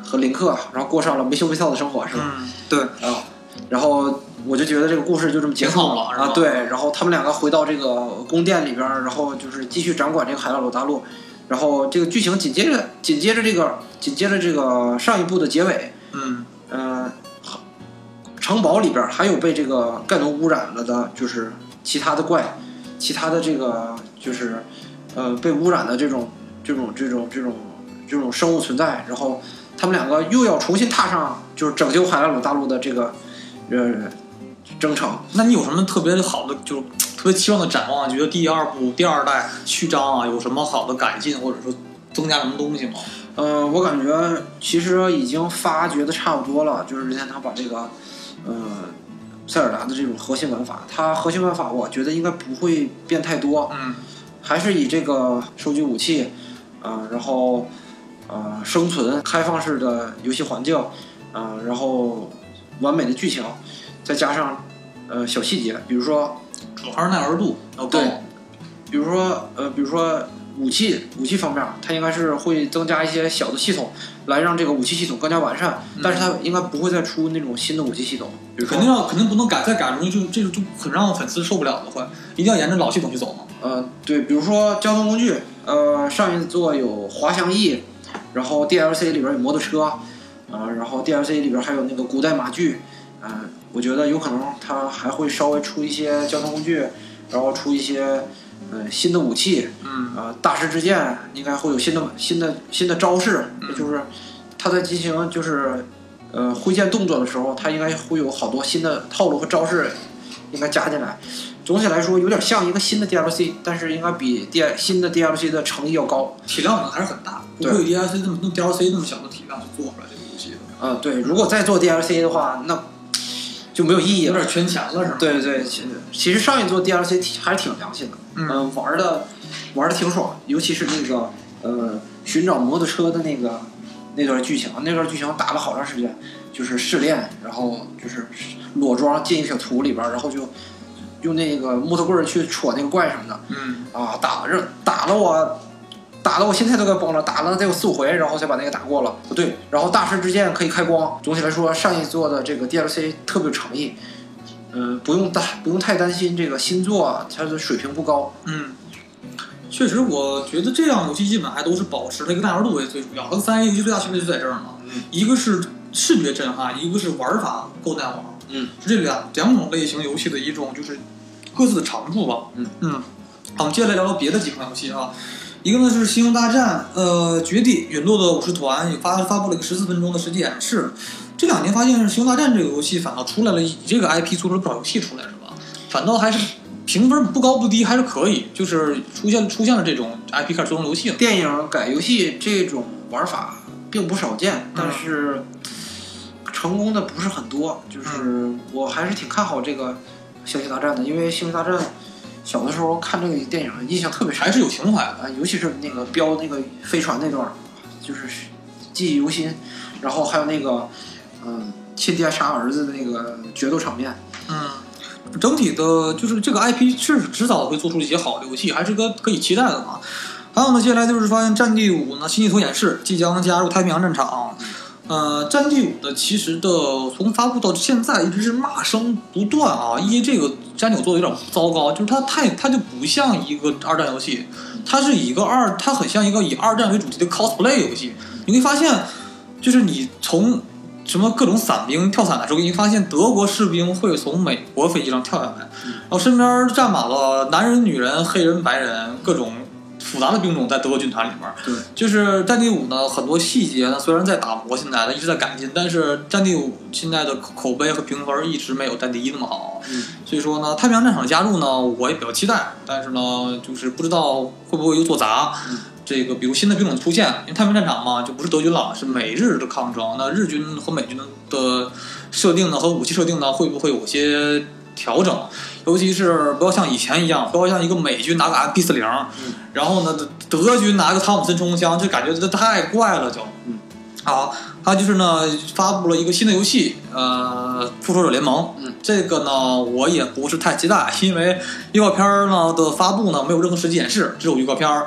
[SPEAKER 3] 和林克，然后过上了没羞没臊的生活，是吧？
[SPEAKER 2] 嗯，对，
[SPEAKER 3] 啊，然后我就觉得这个故事就这么结束
[SPEAKER 2] 挺好了是吧
[SPEAKER 3] 啊，对，然后他们两个回到这个宫殿里边儿，然后就是继续掌管这个海拉鲁大陆，然后这个剧情紧接着紧接着这个紧接着这个上一部的结尾，
[SPEAKER 2] 嗯，
[SPEAKER 3] 嗯、城堡里边儿还有被这个盖农污染了的，就是其他的怪，其他的这个就是呃被污染的这种这种这种这种这种生物存在，然后他们两个又要重新踏上就是拯救海拉鲁大陆的这个呃征程。
[SPEAKER 2] 那你有什么特别好的，就是特别期望的展望？啊觉得第二部、第二代序章啊，有什么好的改进，或者说增加什么东西吗？
[SPEAKER 3] 呃，我感觉其实已经发掘的差不多了，就是任天堂把这个，呃，塞尔达的这种核心玩法，它核心玩法我觉得应该不会变太多，
[SPEAKER 2] 嗯，
[SPEAKER 3] 还是以这个收集武器，啊、然后呃生存开放式的游戏环境，啊、然后完美的剧情，再加上呃小细节，比如说
[SPEAKER 2] 主要还是耐玩度要啊高。
[SPEAKER 3] 对比如说呃比如说武器武器方面，它应该是会增加一些小的系统，来让这个武器系统更加完善，但是它应该不会再出那种新的武器系统，比如
[SPEAKER 2] 肯定
[SPEAKER 3] 说
[SPEAKER 2] 要，肯定不能改，再改容易就这就很让粉丝受不了的话，一定要沿着老系统去走嘛。
[SPEAKER 3] 呃对，比如说交通工具，呃上一座有滑翔翼，然后 DLC 里边有摩托车，呃，然后 DLC 里边还有那个古代马具，嗯、我觉得有可能它还会稍微出一些交通工具，然后出一些嗯、呃新的武器，
[SPEAKER 2] 嗯，
[SPEAKER 3] 呃，大师之剑应该会有新的新的新的招式，就是他在进行就是呃挥剑动作的时候，他应该会有好多新的套路和招式应该加进来。总体来说，有点像一个新的 DLC，但是应该比 D 新的 DLC 的诚意要高。
[SPEAKER 2] 体量可能还是很大，不
[SPEAKER 3] 对
[SPEAKER 2] 会有 DLC 那么那么 DLC 那么小的体量去做出来这个游戏的，
[SPEAKER 3] 呃，对，如果再做 DLC 的话，那就没有意义
[SPEAKER 2] 有
[SPEAKER 3] 了。
[SPEAKER 2] 点圈钱了是吗？
[SPEAKER 3] 对对，其实其实上一座 DLC 挺还是挺良心的，
[SPEAKER 2] 嗯
[SPEAKER 3] 呃玩的玩的挺爽，尤其是那个呃寻找摩托车的那个那段剧情，那段剧情打了好长时间，就是试炼，然后就是裸装进一个小土里边儿，然后就用那个木头棍儿去戳那个怪什么的
[SPEAKER 2] 嗯，
[SPEAKER 3] 啊，打让打了我。打了我心态都快崩了，打了得有四五回，然后才把那个打过了。不对，然后大师之剑可以开光。总体来说，上一座的这个 DLC 特别有诚意，嗯，不用担不用太担心这个新作啊它的水平不高。
[SPEAKER 2] 嗯，确实，我觉得这样游戏基本还都是保持了一个耐玩度为最主要。跟三 A 游戏最大区别就在这儿嘛，
[SPEAKER 3] 嗯
[SPEAKER 2] 一个是视觉震撼，一个是玩法够耐玩，
[SPEAKER 3] 嗯，
[SPEAKER 2] 是这两两种类型游戏的一种就是各自的长处吧。
[SPEAKER 3] 嗯
[SPEAKER 2] 嗯，好，我们接下来聊聊别的几款游戏啊。一个呢是《星球大战》，呃，《绝地陨落的武士团》也发发布了一个十四分钟的实际演示。这两年发现，《星球大战》这个游戏反倒出来了，以这个 IP 做出了不少游戏出来，是吧？反倒还是评分不高不低，还是可以，就是出现出现了这种 IP 开始做成游戏了。
[SPEAKER 3] 电影改游戏这种玩法并不少
[SPEAKER 2] 嗯
[SPEAKER 3] 见，但是成功的不是很多。就是
[SPEAKER 2] 嗯
[SPEAKER 3] 我还是挺看好这个《星球大战》的，因为《星球大战》小的时候看这个电影印象特别深，
[SPEAKER 2] 还是有情怀的，
[SPEAKER 3] 啊，尤其是那个飙那个飞船那段儿，就是记忆犹新。然后还有那个嗯亲爹杀儿子的那个决斗场面，
[SPEAKER 2] 嗯，整体的就是这个 IP 是迟早会做出一些好的游戏，还是个可以期待的嘛。还有呢，接下来就是发现《战地五》呢新系统演示即将加入太平洋战场。呃，《战地五》的其实的从发布到现在一直是骂声不断啊，因为这个《战地五》做的有点糟糕，就是它太它就不像一个二战游戏，它是一个二，它很像一个以二战为主题的 cosplay 游戏。你会发现，就是你从什么各种伞兵跳伞的时候，你发现德国士兵会从美国飞机上跳下来，然后身边站满了男人、女人、黑人、白人，各种复杂的兵种在德国军团里面。
[SPEAKER 3] 对，
[SPEAKER 2] 就是战地五呢，很多细节呢虽然在打磨，现在它一直在改进，但是战地五现在的口碑和评分一直没有战地一那么好。
[SPEAKER 3] 嗯，
[SPEAKER 2] 所以说呢，太平洋战场加入呢，我也比较期待，但是呢，就是不知道会不会有做砸。
[SPEAKER 3] 嗯
[SPEAKER 2] 这个比如新的兵种出现，因为太平洋战场嘛，就不是德军了，是美日的抗争。那日军和美军的设定呢，和武器设定呢，会不会有些调整？尤其是不要像以前一样，不要像一个美军拿个 MP 四零，
[SPEAKER 3] 嗯
[SPEAKER 2] 然后呢德德军拿个汤姆森冲锋枪，就感觉这太怪了就。
[SPEAKER 3] 嗯。
[SPEAKER 2] 好，他就是呢发布了一个新的游戏，呃，《复仇者联盟》。
[SPEAKER 3] 嗯，
[SPEAKER 2] 这个呢我也不是太期待，因为 预告片儿呢的发布呢没有任何实际演示，只有预告片儿。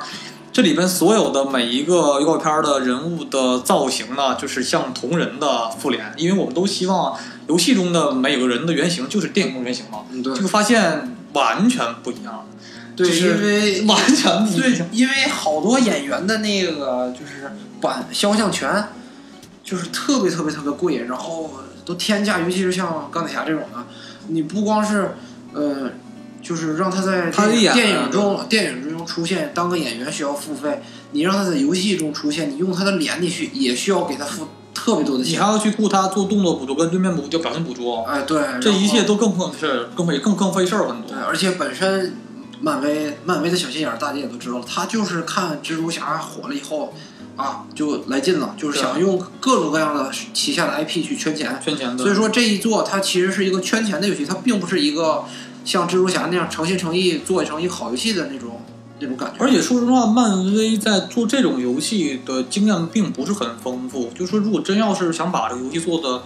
[SPEAKER 2] 这里边所有的每一个预告片儿的人物的造型呢，就是像同人的复联，因为我们都希望游戏中的每个人的原型就是电影中的原型嘛。
[SPEAKER 3] 嗯，对
[SPEAKER 2] 这，个发现完全不一样，
[SPEAKER 3] 对，
[SPEAKER 2] 就是
[SPEAKER 3] 因为
[SPEAKER 2] 完全不一
[SPEAKER 3] 对
[SPEAKER 2] 样。，
[SPEAKER 3] 因为好多演员的那个就是版肖像权，就是特别特别特别贵，然后都天价，尤其是像钢铁侠这种的，你不光是呃，就是让他在
[SPEAKER 2] 他
[SPEAKER 3] 电
[SPEAKER 2] 演
[SPEAKER 3] 影电影中电影中出现当个演员需要付费，你让他在游戏中出现，你用他的脸，你需也需要给他付特别多的
[SPEAKER 2] 你
[SPEAKER 3] 钱
[SPEAKER 2] 还。要去顾他做动作捕捉跟对面捕捉、表情捕捉，
[SPEAKER 3] 哎，对，
[SPEAKER 2] 这
[SPEAKER 3] 然后
[SPEAKER 2] 一切都更更是更费更更费事儿很多
[SPEAKER 3] 对，。而且本身漫威漫威的小心眼儿，大家也都知道了，他就是看蜘蛛侠火了以后啊，就来劲了，就是
[SPEAKER 2] 对啊
[SPEAKER 3] 想用各种各样的旗下的 IP 去圈钱。
[SPEAKER 2] 圈钱的，
[SPEAKER 3] 所以说这一做，它其实是一个圈钱的游戏，它并不是一个像蜘蛛侠那样诚心诚意做成一个好游戏的那种那种感觉。
[SPEAKER 2] 而且说实话，漫威在做这种游戏的经验并不是很丰富。就是说，如果真要是想把这个游戏做的，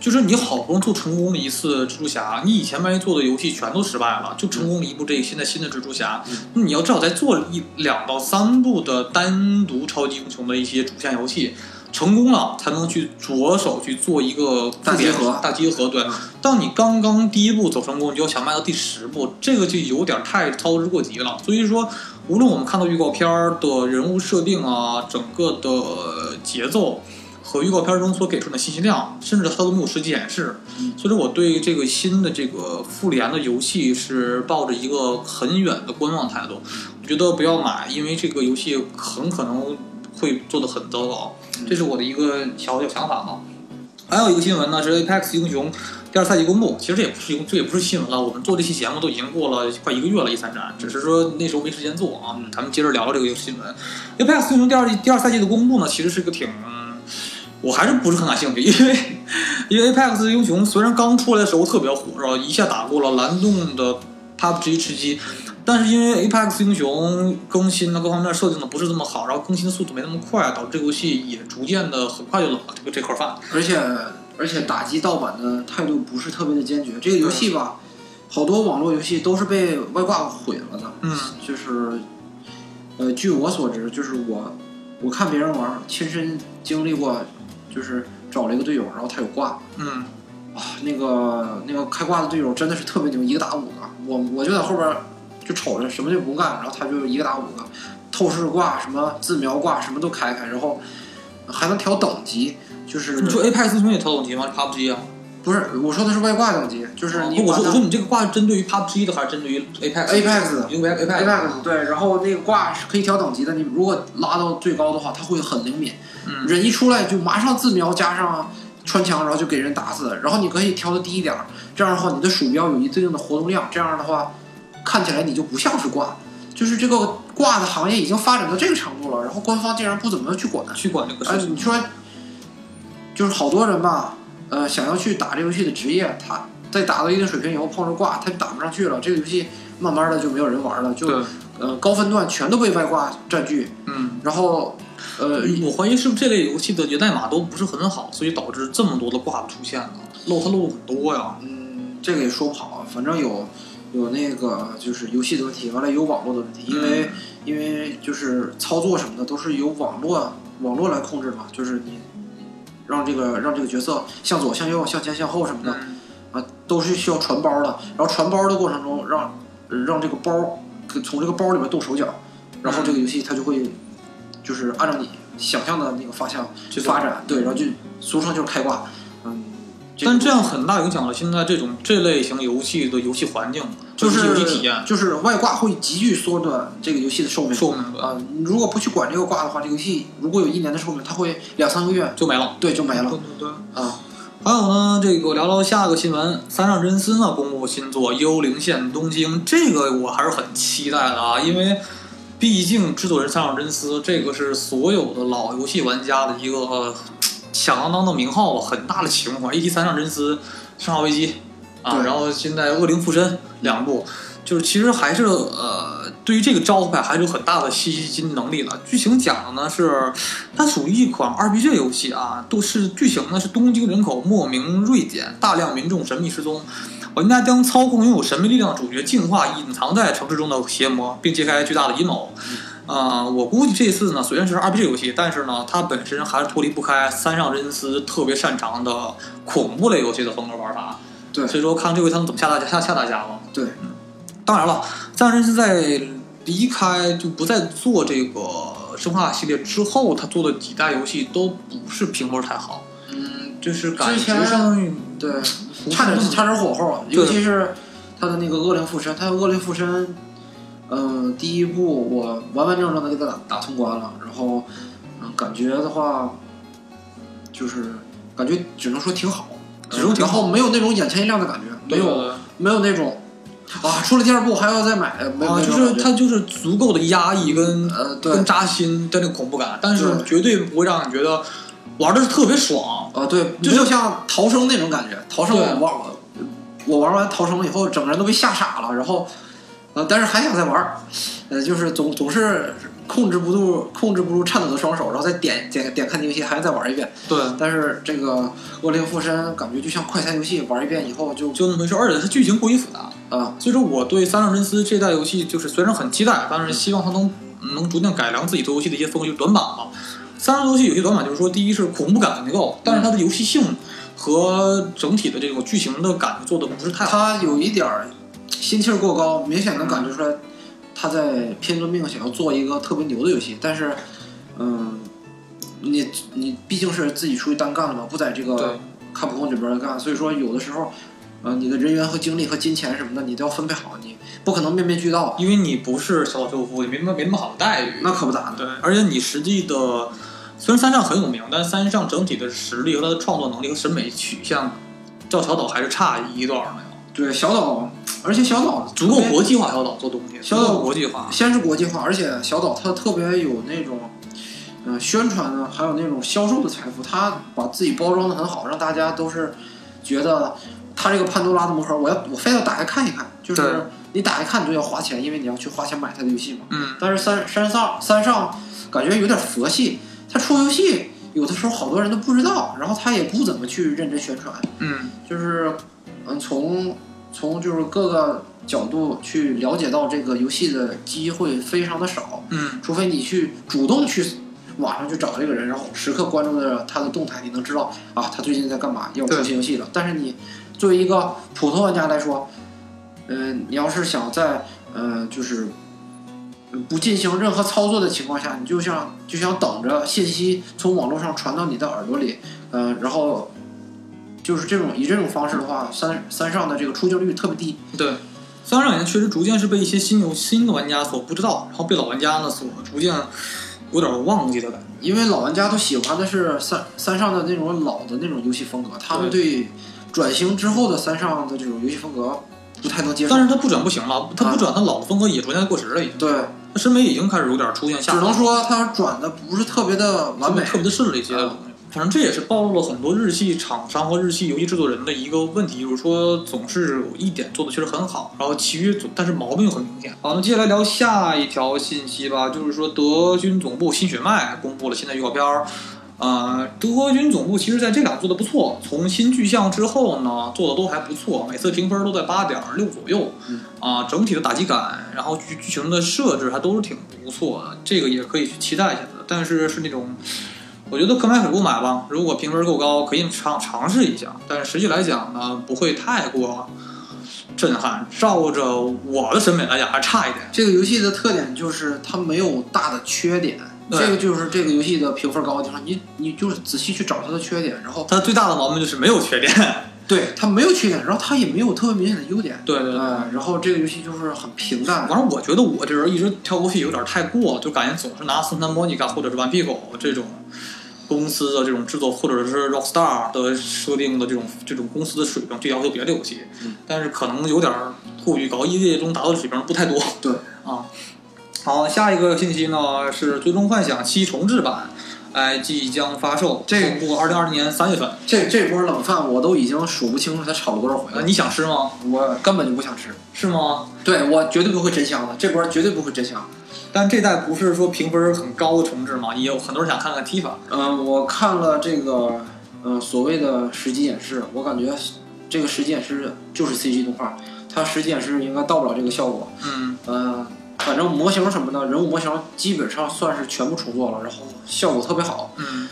[SPEAKER 2] 就是你好不容易做成功了一次蜘蛛侠，你以前漫威做的游戏全都失败了，就成功了一部这个现在新的蜘蛛侠
[SPEAKER 3] 嗯，
[SPEAKER 2] 那你要至少再做一两到三部的单独超级英雄的一些主线游戏。成功了，才能去着手去做一个
[SPEAKER 3] 大集合
[SPEAKER 2] 大集合。对
[SPEAKER 3] 嗯，
[SPEAKER 2] 当你刚刚第一步走成功，你就要想迈到第十步，这个就有点太操之过急了。所以说，无论我们看到预告片儿的人物设定啊，整个的呃节奏和预告片中所给出的信息量，甚至它都没有实际演示。
[SPEAKER 3] 嗯
[SPEAKER 2] 所以说，我对这个新的这个复联的游戏是抱着一个很远的观望态度。我觉得不要买，因为这个游戏很可能会做得很糟糕。这是我的一个小小想法啊。还有一个新闻呢，是 Apex 英雄第二赛季公布，其实也不是英，这也不是新闻了。我们做这期节目都已经过了快一个月了，一三展，只是说那时候没时间做啊。咱们接着聊聊这个新闻。Apex 英雄第二季第二赛季的公布呢，其实是个挺，我还是不是很感兴趣，因为因为 Apex 英雄虽然刚出来的时候特别火，然后一下打过了蓝洞的 PUBG 吃鸡，但是因为 Apex 英雄更新的各方面设定的不是这么好，然后更新速度没那么快，导致这个游戏也逐渐的很快就冷了这个这块饭。
[SPEAKER 3] 而且而且打击盗版的态度不是特别的坚决。这个游戏
[SPEAKER 2] 啊
[SPEAKER 3] 吧，好多网络游戏都是被外挂毁了的。
[SPEAKER 2] 嗯，
[SPEAKER 3] 就是，呃，据我所知，就是我我看别人玩儿，亲身经历过，就是找了一个队友，然后他有挂，
[SPEAKER 2] 嗯，
[SPEAKER 3] 啊，那个那个开挂的队友真的是特别牛，一个打五个，我我就在后边儿就瞅着什么就不干，然后他就一个打五个，透视挂什么自瞄挂什么都开开，然后还能调等级，就是
[SPEAKER 2] 你说 Apex 英雄也调等级吗？PUBG 啊？哦
[SPEAKER 3] 不是我说的是外挂等级，就是你
[SPEAKER 2] 不我
[SPEAKER 3] 把
[SPEAKER 2] 说我
[SPEAKER 3] 它
[SPEAKER 2] 说你这个挂是针对于 PUBG 的还是针对于 Apex？Apex
[SPEAKER 3] Apex
[SPEAKER 2] 的
[SPEAKER 3] 的
[SPEAKER 2] Apex
[SPEAKER 3] Apex 对，然后那个挂是可以调等级的，你如果拉到最高的话，它会很灵敏，
[SPEAKER 2] 嗯
[SPEAKER 3] 人一出来就马上自瞄加上穿墙，然后就给人打死，然后你可以调的低一点儿，这样的话你的鼠标有一定的活动量，这样的话看起来你就不像是挂，就是这个挂的行业已经发展到这个程度了，然后官方竟然不怎么去管，
[SPEAKER 2] 去管这个
[SPEAKER 3] 哎
[SPEAKER 2] 事，情。
[SPEAKER 3] 你说，就是好多人吧，呃，想要去打这游戏的职业，他在打到一定水平以后碰着挂，他就打不上去了。这个游戏慢慢的就没有人玩了，就
[SPEAKER 2] 对，
[SPEAKER 3] 呃高分段全都被外挂占据，
[SPEAKER 2] 嗯。
[SPEAKER 3] 然后呃
[SPEAKER 2] 我怀疑是不是这类游戏的源代码都不是很好，所以导致这么多的挂出现呢？漏它漏很多呀。
[SPEAKER 3] 嗯，这个也说不好，反正有有那个就是游戏的问题，完了也有网络的问题，因为、因为就是操作什么的都是由网络网络来控制嘛，就是你让这个让这个角色向左向右向前向后什么的。
[SPEAKER 2] 嗯
[SPEAKER 3] 啊，都是需要传包的。然后传包的过程中让，呃让这个包可从这个包里面动手脚，然后这个
[SPEAKER 2] 嗯
[SPEAKER 3] 游戏它就会就是按照你想象的那个方向
[SPEAKER 2] 去
[SPEAKER 3] 发展，对，然后就俗称就是开挂。嗯，这
[SPEAKER 2] 但这样很大影响了现在这种这类型游戏的游戏环境，
[SPEAKER 3] 就是
[SPEAKER 2] 游戏体验。
[SPEAKER 3] 就是外挂会急剧缩短这个游戏的寿命。
[SPEAKER 2] 寿命
[SPEAKER 3] 啊、你如果不去管这个挂的话，这个游戏如果有一年的寿命，它会两三个月，
[SPEAKER 2] 就没了。
[SPEAKER 3] 对，就没了
[SPEAKER 2] 对
[SPEAKER 3] 啊、
[SPEAKER 2] 对对。还有呢，这个聊聊下个新闻，三上真司呢公布新作《幽灵线：东京》，这个我还是很期待的啊，因为毕竟制作人三上真司，这个是所有的老游戏玩家的一个、呃响当当的名号吧，很大的情怀。一提三上真司，《生化危机》啊，
[SPEAKER 3] 对
[SPEAKER 2] 然后现在《恶灵附身》两部，就是其实还是呃，对于这个招牌还是有很大的吸金能力的。剧情讲的呢是，它属于一款 RPG 游戏啊，都是剧情呢是东京人口莫名锐减，大量民众神秘失踪。玩家将操控拥有神秘力量的主角净化隐藏在城市中的邪魔，并揭开巨大的阴谋。啊、我估计这次呢，虽然是 RPG 游戏，但是呢，它本身还是脱离不开三上真司特别擅长的恐怖类游戏的风格玩法。
[SPEAKER 3] 对
[SPEAKER 2] 所以说看这回他们怎么吓大家，吓吓大家吧。
[SPEAKER 3] 对
[SPEAKER 2] 嗯，当然了，三上真司在离开就不再做这个生化系列之后，他做的几代游戏都不是评分太好，
[SPEAKER 3] 嗯，
[SPEAKER 2] 就是感
[SPEAKER 3] 之前
[SPEAKER 2] 觉上
[SPEAKER 3] 对，
[SPEAKER 2] 不是
[SPEAKER 3] 差点
[SPEAKER 2] 那么
[SPEAKER 3] 差点火候啊，
[SPEAKER 2] 对
[SPEAKER 3] 尤其是他的那个恶灵附身，他的恶灵附身，嗯，第一部我完完整整的给他打打通关了，然后嗯，感觉的话，就是感觉只能说挺好，
[SPEAKER 2] 只嗯能挺
[SPEAKER 3] 然
[SPEAKER 2] 好
[SPEAKER 3] 后没有那种眼前一亮的感觉，没
[SPEAKER 2] 对
[SPEAKER 3] 有没有那种啊，出了第二部还要再买，没有
[SPEAKER 2] 啊，
[SPEAKER 3] 那
[SPEAKER 2] 就
[SPEAKER 3] 种
[SPEAKER 2] 是
[SPEAKER 3] 感觉
[SPEAKER 2] 它就是足够的压抑跟
[SPEAKER 3] 呃对
[SPEAKER 2] 跟扎心的那个恐怖感，但是
[SPEAKER 3] 对
[SPEAKER 2] 绝对不会让你觉得玩的是特别爽。
[SPEAKER 3] 啊，对，
[SPEAKER 2] 就
[SPEAKER 3] 就是就像逃生那种感觉。逃生
[SPEAKER 2] 对
[SPEAKER 3] 我玩我我玩完逃生了以后，整个人都被吓傻了，然后呃，但是还想再玩儿，呃，就是总总是控制不住控制不住颤抖的双手，然后再点点点看游戏，还要再玩一遍。
[SPEAKER 2] 对，
[SPEAKER 3] 但是这个恶灵附身感觉就像快餐游戏，玩一遍以后就
[SPEAKER 2] 就那么回事，而且它剧情过于复杂，
[SPEAKER 3] 啊、
[SPEAKER 2] 所以说我对《三上真司》这代游戏就是虽然很期待，啊
[SPEAKER 3] 嗯
[SPEAKER 2] 但是希望它能能逐渐改良自己做游戏的一些风格，就是短板吧。三上游戏有些短板就是说，第一是恐怖感没够，但是它的游戏性和整体的这种剧情的感觉做的不是太好。
[SPEAKER 3] 它有一点儿心气儿过高，明显能感觉出来他在拼了命想要做一个特别牛的游戏，但是嗯。你你毕竟是自己出去单干了嘛，不在这个
[SPEAKER 2] 对，
[SPEAKER 3] 看普通里边儿干，所以说有的时候，呃，你的人员和精力和金钱什么的，你都要分配好，你不可能面面俱到，
[SPEAKER 2] 因为你不是小岛秀夫，也没那么没那么好的待遇。
[SPEAKER 3] 那可不咋的。
[SPEAKER 2] 对，而且你实际的，虽然三上很有名，但三上整体的实力和他的创作能力和审美取向，较小岛还是差一段儿的，
[SPEAKER 3] 对，小岛，而且小岛
[SPEAKER 2] 足够
[SPEAKER 3] 特别
[SPEAKER 2] 国际化。小岛做东西，
[SPEAKER 3] 小
[SPEAKER 2] 足
[SPEAKER 3] 岛
[SPEAKER 2] 够国际化。
[SPEAKER 3] 先是国际化，而且小岛它特别有那种，嗯、宣传呢，还有那种销售的财富，它把自己包装的很好，让大家都是觉得它这个潘多拉的魔盒，我要我非要打开看一看，就
[SPEAKER 2] 对
[SPEAKER 3] 是你打开看你就要花钱，因为你要去花钱买它的游戏嘛。
[SPEAKER 2] 嗯，
[SPEAKER 3] 但是三山上山上感觉有点佛系，他出游戏有的时候好多人都不知道，然后他也不怎么去认真宣传，
[SPEAKER 2] 嗯，
[SPEAKER 3] 就是嗯从从就是各个角度去了解到这个游戏的机会非常的少，
[SPEAKER 2] 嗯，
[SPEAKER 3] 除非你去主动去网上去找这个人，然后时刻关注着他的动态，你能知道啊他最近在干嘛，要出新游戏了。但是你作为一个普通玩家来说，呃，你要是想在呃就是不进行任何操作的情况下，你就像就想等着信息从网络上传到你的耳朵里，嗯、然后。就是这种以这种方式的话，三三上的这个出镜率特别低，
[SPEAKER 2] 对。三上演员确实逐渐是被一些新游新的玩家所不知道，然后被老玩家呢所逐渐有点忘记的感觉。
[SPEAKER 3] 因为老玩家都喜欢的是三三上的那种老的那种游戏风格，他们对转型之后的三上的这种游戏风格不太能接受
[SPEAKER 2] 但。是他不转不行了，他不
[SPEAKER 3] 啊
[SPEAKER 2] 转，他老的风格也逐渐过时了，已经。
[SPEAKER 3] 对，
[SPEAKER 2] 他审美已经开始有点出现下
[SPEAKER 3] 只
[SPEAKER 2] 滑。
[SPEAKER 3] 能说他转的不是特别的完美。啊
[SPEAKER 2] 特别的顺利一些的东西。反正这也是暴露了很多日系厂商和日系游戏制作人的一个问题，就是说总是有一点做的确实很好，然后其余总但是毛病又很明显。好，那接下来聊下一条信息吧，就是说德军总部新血脉公布了新的预告片儿。呃，德军总部其实在这两个做的不错，从新巨像之后呢，做的都还不错，每次评分都在八点六左右。
[SPEAKER 3] 嗯
[SPEAKER 2] 啊，整体的打击感，然后剧剧情的设置还都是挺不错的，这个也可以去期待一下的。但是是那种，我觉得可买可不买吧。如果评分够高，可以尝尝试一下。但是实际来讲呢，不会太过震撼。照着我的审美来讲，还差一点。
[SPEAKER 3] 这个游戏的特点就是它没有大的缺点，这
[SPEAKER 2] 对
[SPEAKER 3] 个就是这个游戏的评分高的地方。你你就是仔细去找它的缺点，然后
[SPEAKER 2] 它最大的毛病就是没有缺点。
[SPEAKER 3] 对它没有缺点，然后它也没有特别明显的优点。
[SPEAKER 2] 对对对。
[SPEAKER 3] 啊、然后这个游戏就是很平淡，
[SPEAKER 2] 反正我觉得我这人一直挑游戏有点太过，就感觉总是拿《森山莫妮卡》或者是《顽皮狗》这种公司的这种制作，或者是 Rockstar 的设定的这种这种公司的水平去要求别的游戏，
[SPEAKER 3] 嗯
[SPEAKER 2] 但是可能有点儿过于高，业界中达到的水平不太多。
[SPEAKER 3] 对
[SPEAKER 2] 啊，好，下一个信息呢是《最终幻想七重置版》，哎，即将发售，
[SPEAKER 3] 这
[SPEAKER 2] 公布二零二零年三月份。
[SPEAKER 3] 这这波冷饭我都已经数不清楚它炒了多少回
[SPEAKER 2] 呃，
[SPEAKER 3] 了，
[SPEAKER 2] 你想吃吗？
[SPEAKER 3] 我根本就不想吃。
[SPEAKER 2] 是吗？
[SPEAKER 3] 对我绝对不会真香的，这波绝对不会真香。
[SPEAKER 2] 但这代不是说评分很高的重置嘛，也有很多人想看看踢法。
[SPEAKER 3] 嗯，我看了这个，嗯、所谓的实际演示，我感觉这个实际演示就是 CG 动画，它实际演示应该到不了这个效果。
[SPEAKER 2] 嗯，
[SPEAKER 3] 嗯、反正模型什么的，人物模型基本上算是全部重做了，然后效果特别好。
[SPEAKER 2] 嗯，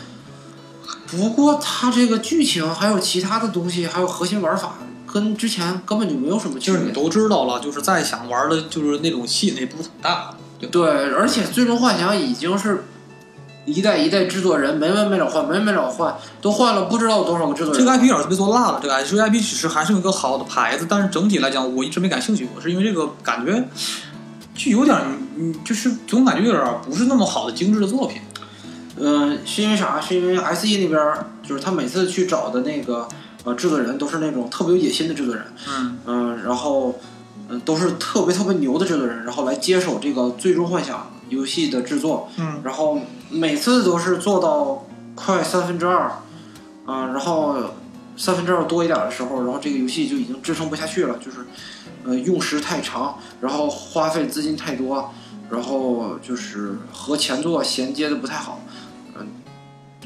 [SPEAKER 3] 不过它这个剧情还有其他的东西，还有核心玩法，跟之前根本就没有什么区
[SPEAKER 2] 就是
[SPEAKER 3] 别
[SPEAKER 2] 你。都知道了，就是再想玩的，就是那种吸引力不是很大。
[SPEAKER 3] 对，而且《最终幻想》已经是一代一代制作人没完没了换，没完没了换，都换了不知道多少个制作
[SPEAKER 2] 这
[SPEAKER 3] 人。
[SPEAKER 2] 个 IP 有点被做烂了，这个 IP 这个 IP 只是还是一个好的牌子，但是整体来讲，我一直没感兴趣。我是因为这个感觉，就有点，嗯，就是总感觉有点不是那么好的精致的作品。
[SPEAKER 3] 嗯，是因为啥？是因为 S E 那边儿就是他每次去找的那个呃制作人都是那种特别有野心的制作人，
[SPEAKER 2] 嗯
[SPEAKER 3] 嗯、然后嗯、都是特别特别牛的制作人，然后来接手这个《最终幻想》游戏的制作，
[SPEAKER 2] 嗯
[SPEAKER 3] 然后每次都是做到快三分之二，啊，然后三分之二多一点的时候，然后这个游戏就已经支撑不下去了，就是呃用时太长，然后花费资金太多，然后就是和前作衔接的不太好，嗯、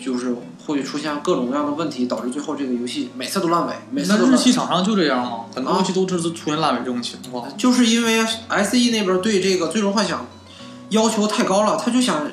[SPEAKER 3] 就是会出现各种各样的问题，导致最后这个游戏每次都烂尾，每次
[SPEAKER 2] 那
[SPEAKER 3] 都
[SPEAKER 2] 日
[SPEAKER 3] 烂
[SPEAKER 2] 系
[SPEAKER 3] 尾。
[SPEAKER 2] 厂商就这样吗？很多游戏都是出现烂尾这种情况。
[SPEAKER 3] 就是因为 S E 那边对这个《最终幻想》要求太高了，他就想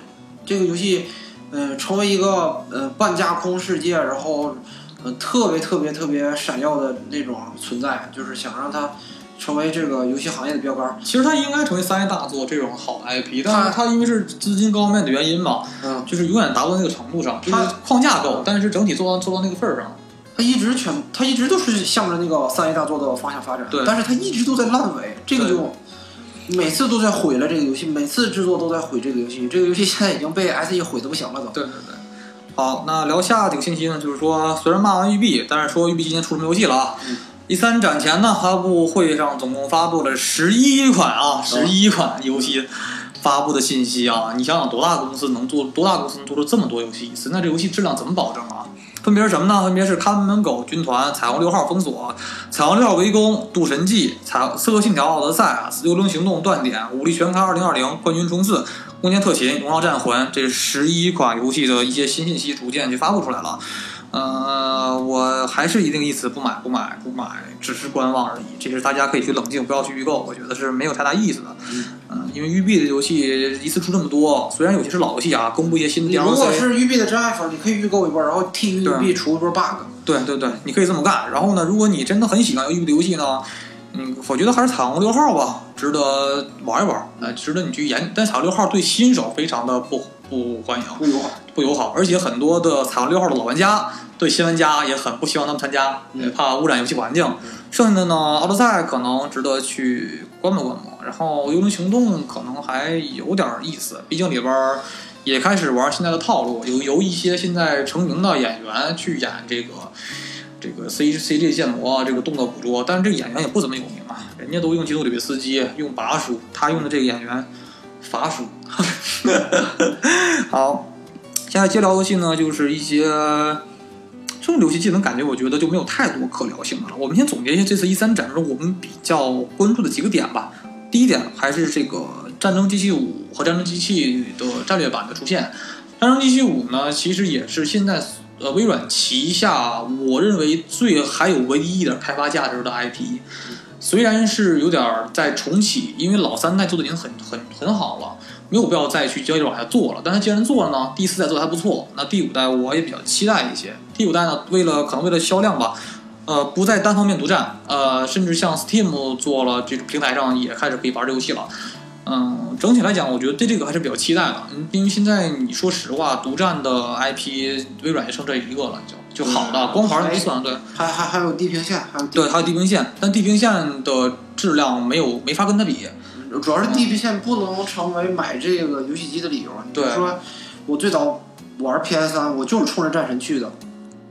[SPEAKER 3] 这个游戏，呃，成为一个呃半架空世界，然后呃特别特别特别闪耀的那种存在，就是想让它成为这个游戏行业的标杆。
[SPEAKER 2] 其实它应该成为三 A 大作这种好的 IP，但
[SPEAKER 3] 它
[SPEAKER 2] 是它因为是资金高面的原因嘛，
[SPEAKER 3] 嗯，
[SPEAKER 2] 就是永远达不到那个程度上。就是
[SPEAKER 3] 它
[SPEAKER 2] 框架够，但是整体做到做到那个份儿上。
[SPEAKER 3] 他一直全，他一直都是向着那个三 A 大作的方向发展，
[SPEAKER 2] 对
[SPEAKER 3] 但是他一直都在烂尾，这个
[SPEAKER 2] 对
[SPEAKER 3] 就。每次都在毁了这个游戏，每次制作都在毁这个游戏。这个游戏现在已经被 S E 毁的不行了都。
[SPEAKER 2] 对对对。好，那聊下几个信息呢，就是说，虽然骂完育碧，但是说育碧今年出什么游戏了啊？
[SPEAKER 3] 嗯
[SPEAKER 2] 一三展前呢，发布会上总共发布了十一款啊，十一款游戏发布的信息啊。你想想，多大公司能做多大公司能做出这么多游戏一次？那这游戏质量怎么保证啊？分别是什么呢？分别是《看门狗军团》《彩虹六号封锁》《彩虹六号围攻》《渡神记》《彩刺客信条：奥德赛》啊《幽灵行动》《断点》《武力全开2020》《冠军冲刺》《攻坚特勤》《荣耀战魂》这十一款游戏的一些新信息逐渐就发布出来了。呃，我还是一定意思，不买不买不买，只是观望而已。这是大家可以去冷静，不要去预购，我觉得是没有太大意思的。
[SPEAKER 3] 嗯
[SPEAKER 2] 嗯，因为育碧的游戏一次出这么多，虽然有些是老游戏啊，公布一些新的
[SPEAKER 3] 你如
[SPEAKER 2] DLC。
[SPEAKER 3] 果是育碧的真爱粉，你可以预购一波，然后替育碧除一波 bug。
[SPEAKER 2] 对对对，你可以这么干。然后呢，如果你真的很喜欢育碧的游戏呢，嗯，我觉得还是彩虹六号吧，值得玩一玩，呃，值得你去研。但彩虹六号对新手非常的不不欢迎，
[SPEAKER 3] 不友好。
[SPEAKER 2] 不友好，而且很多的彩虹六号的老玩家对新玩家也很不希望他们参加，
[SPEAKER 3] 嗯
[SPEAKER 2] 也怕污染游戏环境。剩下的呢，奥德赛可能值得去观摩观摩，然后幽灵行动可能还有点意思，毕竟里边儿也开始玩现在的套路，有由一些现在成名的演员去演这个这个 C C G 建模啊这个动作捕捉，但是这个演员也不怎么有名啊，人家都用基努里维斯基，用拔叔，他用的这个演员法叔。 好，现在接聊游戏呢，就是一些这种游戏技能，感觉我觉得就没有太多可聊性的了。我们先总结一下这次一三展中我们比较关注的几个点吧。第一点还是这个《战争机器五》和《战争机器》的战略版的出现。《战争机器五》呢，其实也是现在呃微软旗下我认为最还有唯一一点开发价值的 E IP。虽然是有点儿在重启，因为老三代做的已经很很很好了，没有必要再去接着往下做了。但它既然做了呢，第四代做的还不错，那第五代我也比较期待一些。第五代呢，为了可能为了销量吧，呃，不再单方面独占，呃，甚至像 Steam 做了这个平台上也开始可以玩这游戏了。嗯，整体来讲，我觉得对这个还是比较期待的。嗯，因为现在你说实话，独占的 IP 微软也剩这一个了，就就好了。
[SPEAKER 3] 嗯
[SPEAKER 2] 光环
[SPEAKER 3] 还
[SPEAKER 2] 不算对，
[SPEAKER 3] 还还还有地平线，还有地
[SPEAKER 2] 对，还有地平线，但地平线的质量没有没法跟它比。
[SPEAKER 3] 主要是地平线不能成为买这个游戏机的理由。你比如
[SPEAKER 2] 对
[SPEAKER 3] 说，我最早玩 PS 三，我就是冲着战神去的，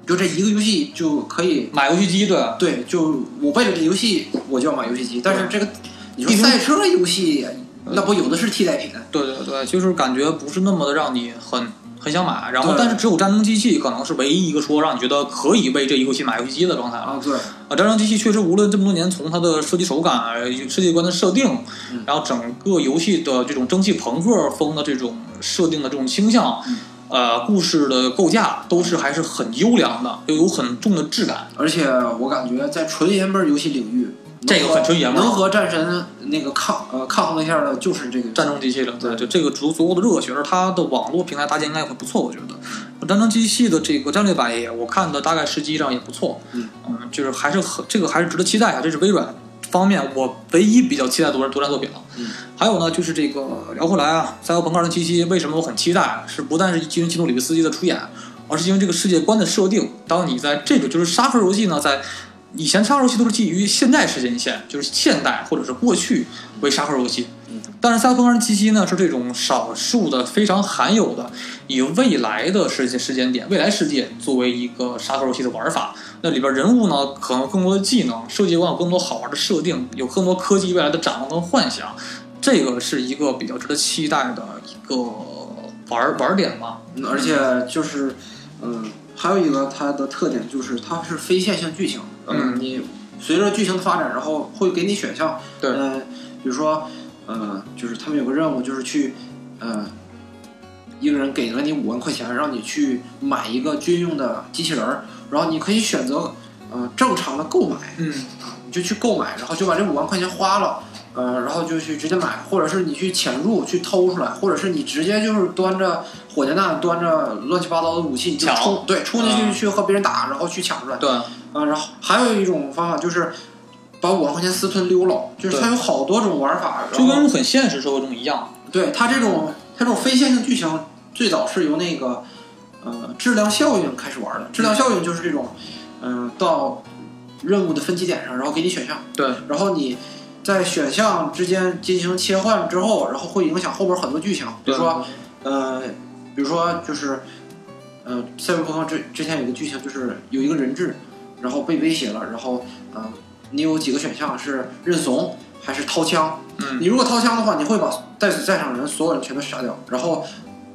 [SPEAKER 3] 就这一个游戏就可以。
[SPEAKER 2] 买游戏机对，
[SPEAKER 3] 对，就我为了这游戏，我就要买游戏机。但是这个，你说
[SPEAKER 2] 地平
[SPEAKER 3] 赛嗯车游戏，那不有的是替代品。
[SPEAKER 2] 对对对，就是感觉不是那么的让你很很想买。然后，
[SPEAKER 3] 对
[SPEAKER 2] 但是只有战争机器可能是唯一一个说让你觉得可以为这一个游戏买游戏机的状态了。
[SPEAKER 3] 啊，对，
[SPEAKER 2] 啊，战争机器确实无论这么多年从它的设计手感、呃世界观的设定
[SPEAKER 3] 嗯，
[SPEAKER 2] 然后整个游戏的这种蒸汽朋克风的这种设定的这种倾向
[SPEAKER 3] 嗯，
[SPEAKER 2] 呃，故事的构架都是还是很优良的，又有很重的质感。
[SPEAKER 3] 而且我感觉在纯爷们儿游戏领域，
[SPEAKER 2] 这个
[SPEAKER 3] 能和
[SPEAKER 2] 很纯爷们儿
[SPEAKER 3] 能和战神那个抗呃抗衡一下的，就是这个游戏
[SPEAKER 2] 战争机器了，对，
[SPEAKER 3] 对
[SPEAKER 2] 就这个足足够的热血，而它的网络平台搭建应该也会不错，我觉得。战争机器的这个战略版也，我看的大概时机上也不错，
[SPEAKER 3] 嗯
[SPEAKER 2] 就是还是很这个还是值得期待一下，这是微软方面我唯一比较期待独占独占作品了。
[SPEAKER 3] 嗯
[SPEAKER 2] 还有呢，就是这个聊回来啊，《赛博朋克2077》为什么我很期待？是不但是基于基努里维斯基的出演，而是因为这个世界观的设定。当你在这个就是沙盒游戏呢，在以前沙盒游戏都是基于现代时间线，就是现代或者是过去为沙盒游戏
[SPEAKER 3] 嗯。
[SPEAKER 2] 但是《赛博朋克2077》呢，是这种少数的非常罕有的，以未来的时间时间点、未来世界作为一个沙盒游戏的玩法。那里边人物呢，可能有更多的技能，世界观有更多好玩的设定，有更多科技未来的展望跟幻想。这个是一个比较值得期待的一个玩儿玩儿点吧。
[SPEAKER 3] 嗯，而且就是，嗯，还有一个它的特点就是它是非线性剧情。呃
[SPEAKER 2] 嗯
[SPEAKER 3] 你随着剧情的发展，然后会给你选项。
[SPEAKER 2] 对
[SPEAKER 3] 嗯、比如说，呃，就是他们有个任务，就是去，呃，一个人给了你五万块钱，让你去买一个军用的机器人儿，然后你可以选择，呃，正常的购买，
[SPEAKER 2] 嗯，
[SPEAKER 3] 你就去购买，然后就把这五万块钱花了，呃，然后就去直接买，或者是你去潜入去偷出来，或者是你直接就是端着火箭弹、端着乱七八糟的武器你就
[SPEAKER 2] 抢
[SPEAKER 3] 冲，对，冲进去、
[SPEAKER 2] 嗯
[SPEAKER 3] 去和别人打，然后去抢出来。
[SPEAKER 2] 对，
[SPEAKER 3] 啊，然后还有一种方法就是把五万块钱私吞溜了，就是
[SPEAKER 2] 对
[SPEAKER 3] 它有好多种玩法，
[SPEAKER 2] 就
[SPEAKER 3] 然后
[SPEAKER 2] 跟很现实社会中一样。
[SPEAKER 3] 对它这种它这种非线性剧情最早是由那个呃质量效应开始玩的，质量效应就是这种，嗯、到任务的分歧点上，然后给你选项。
[SPEAKER 2] 对，
[SPEAKER 3] 然后你在选项之间进行切换之后，然后会影响后边很多剧情，比
[SPEAKER 2] 对
[SPEAKER 3] 如说，呃，比如说就是，呃，赛博朋克之之前有个剧情就是有一个人质，然后被威胁了，然后，呃，你有几个选项是认怂还是掏枪？
[SPEAKER 2] 嗯，
[SPEAKER 3] 你如果掏枪的话，你会把在在场人所有人全都杀掉，然后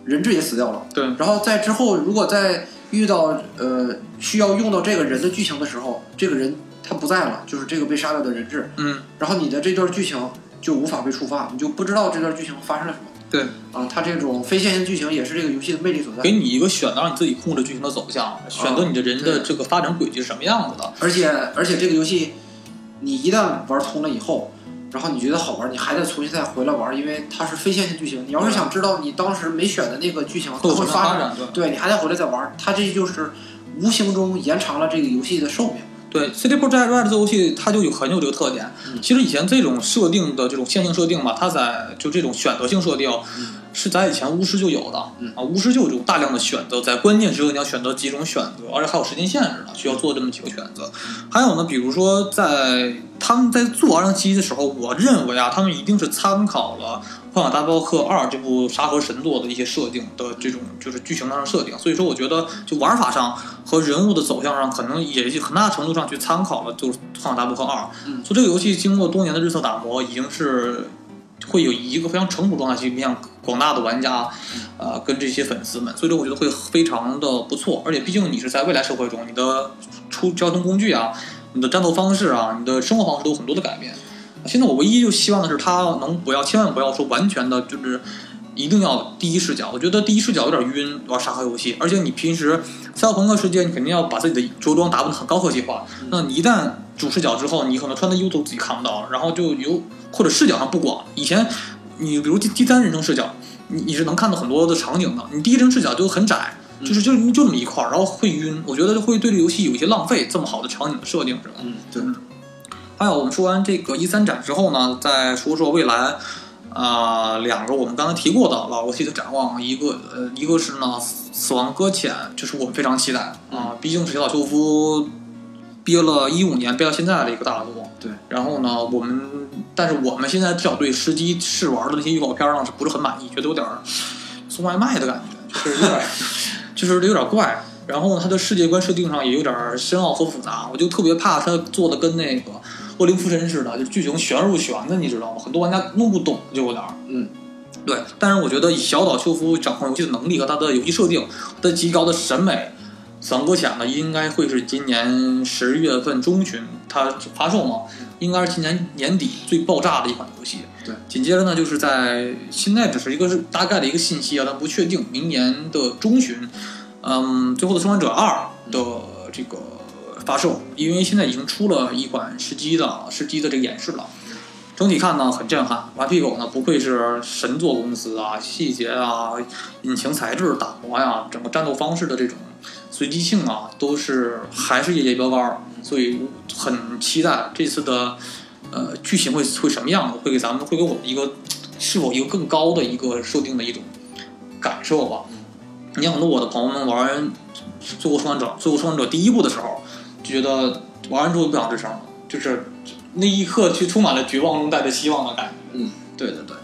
[SPEAKER 3] 人质也死掉了。
[SPEAKER 2] 对，
[SPEAKER 3] 然后在之后，如果在遇到呃需要用到这个人的剧情的时候，这个人他不在了，就是这个被杀掉的人质，
[SPEAKER 2] 嗯，
[SPEAKER 3] 然后你的这段剧情就无法被触发，你就不知道这段剧情发生了什么。
[SPEAKER 2] 对，
[SPEAKER 3] 啊，它这种非线性剧情也是这个游戏的魅力所在
[SPEAKER 2] 给。你一个选择，让你自己控制剧情的走向，选择你的人的这个发展轨迹是什么样子的。
[SPEAKER 3] 而且而且这个游戏，你一旦玩通了以后，然后你觉得好玩，你还得重新再回来玩，因为它是非线性剧情。你要是想知道你当时没选的那个剧情它
[SPEAKER 2] 都有什
[SPEAKER 3] 会
[SPEAKER 2] 么发
[SPEAKER 3] 发
[SPEAKER 2] 展？对
[SPEAKER 3] 对你还得回来再玩儿，它这就是无形中延长了这个游戏的寿命。
[SPEAKER 2] 对，CD Projekt Red 这游戏它就有很有这个特点。
[SPEAKER 3] 嗯
[SPEAKER 2] 其实以前这种设定的这种线性设定吧，它在就这种选择性设定
[SPEAKER 3] 嗯，
[SPEAKER 2] 是在以前巫师就有的、
[SPEAKER 3] 嗯
[SPEAKER 2] 啊。巫师就有这种大量的选择，在关键时刻你要选择几种选择，而且还有时间限制的，需要做这么几个选择。
[SPEAKER 3] 嗯
[SPEAKER 2] 还有呢，比如说在他们在做二零七的时候，我认为啊，他们一定是参考了。《幻想大镖客二》这部沙盒神作的一些设定的这种就是剧情上的设定，所以说我觉得就玩法上和人物的走向上，可能也就很大程度上去参考了就是《幻想大镖客二》。
[SPEAKER 3] 嗯
[SPEAKER 2] 所以这个游戏经过多年的日测打磨，已经是会有一个非常成熟状态去面向广大的玩家，呃，跟这些粉丝们，所以说我觉得会非常的不错。而且毕竟你是在未来社会中，你的出交通工具啊，你的战斗方式啊，你的生活方式都有很多的改变。现在我唯一就希望的是，他能不要，千万不要说完全的，就是一定要第一视角。我觉得第一视角有点晕，玩沙盒游戏。而且你平时赛博朋克世界，你肯定要把自己的着装打扮得很高科技化。
[SPEAKER 3] 嗯
[SPEAKER 2] 那你一旦主视角之后，你可能穿的衣服都自己看不到了，然后就有或者视角上不广。以前你比如第第三人称视角，你你是能看到很多的场景的，你第一人称视角就很窄。
[SPEAKER 3] 嗯
[SPEAKER 2] 就是就就那么一块儿，然后会晕，我觉得会对这个游戏有一些浪费。这么好的场景的设定是吧？
[SPEAKER 3] 嗯，对，
[SPEAKER 2] E 还有我们说完这个一三展之后呢，再说说未来，啊、两个我们刚才提过的老游戏的展望，一个呃，一个是呢《死亡搁浅》，就是我们非常期待啊、毕竟是小岛秀夫憋了一五年，憋到现在的一个大作。
[SPEAKER 3] 对，
[SPEAKER 2] 然后呢，我们但是我们现在至少对吃鸡试玩的那些预告片呢，是不是很满意？觉得有点儿送外卖的感觉，就是有点儿就是有点儿怪。然后呢，它的世界观设定上也有点儿深奥和复杂，我就特别怕它做的跟那个《恶灵附身》似的，就剧情旋入旋的，你知道吗？很多玩家弄不懂，就有点儿。
[SPEAKER 3] 嗯，
[SPEAKER 2] 对，但是我觉得以小岛秀夫掌控游戏的能力和他的游戏设定，他极高的审美，《死亡搁浅》呢应该会是今年十月份中旬它发售嘛，应该是今年年底最爆炸的一款游戏。
[SPEAKER 3] 对，
[SPEAKER 2] 紧接着呢就是在现在只是一个是大概的一个信息啊，但不确定明年的中旬，嗯，《最后的生还者二》的这个发售，因为现在已经出了一款吃鸡的吃鸡的这个演示了。整体看呢很震撼，顽皮狗呢不愧是神作公司啊，细节啊、引擎材质打磨呀、整个战斗方式的这种随机性啊，都是还是业界标杆儿，所以很期待这次的呃剧情会会什么样子，会给咱们会给我们一个是否一个更高的一个设定的一种感受吧。你像很多我的朋友们玩《最后生还者》《最后生还者》第一部的时候，就觉得玩完之后不想吱声了，就是那一刻去充满了绝望中带着希望的感觉。
[SPEAKER 3] 嗯，
[SPEAKER 2] 对对对。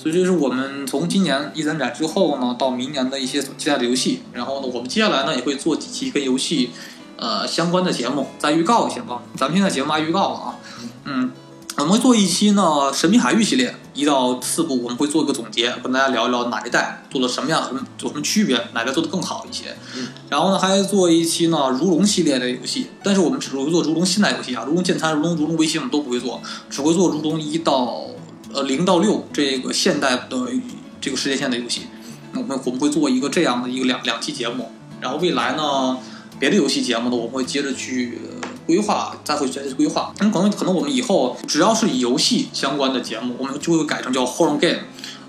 [SPEAKER 2] 所以这是我们从今年一三展之后呢，到明年的一些所期待的游戏。然后呢，我们接下来呢也会做几期跟游戏呃相关的节目，再预告一下吧。咱们现在节目爱预告了啊，嗯，我们会做一期呢《神秘海域》系列一到四部，我们会做一个总结，跟大家聊一聊哪一代做了什么样的有什么区别，哪一代做的更好一些。
[SPEAKER 3] 嗯
[SPEAKER 2] 然后呢，还做一期呢如龙系列的游戏，但是我们只会做如龙现代游戏啊，如龙剑餐、如龙如龙微星我们都不会做，只会做如龙一到呃零到六这个现代的这个时间线的游戏。那我们我们会做一个这样的一个两两期节目，然后未来呢，别的游戏节目呢，我们会接着去呃规划，再会再去规划。嗯，可能可能我们以后只要是以游戏相关的节目，我们就会改成叫 Horror Game。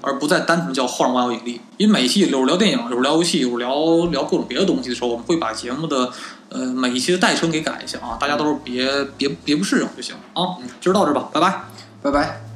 [SPEAKER 2] 而不再单纯叫画漫游盈利，因为每一期有时聊电影，有时聊游戏，有时聊聊各种别的东西的时候，我们会把节目的呃每一期的代嗯称给改一下啊，大家到时候别别别不适应就行啊。今儿到这儿吧，拜拜。
[SPEAKER 3] 拜拜。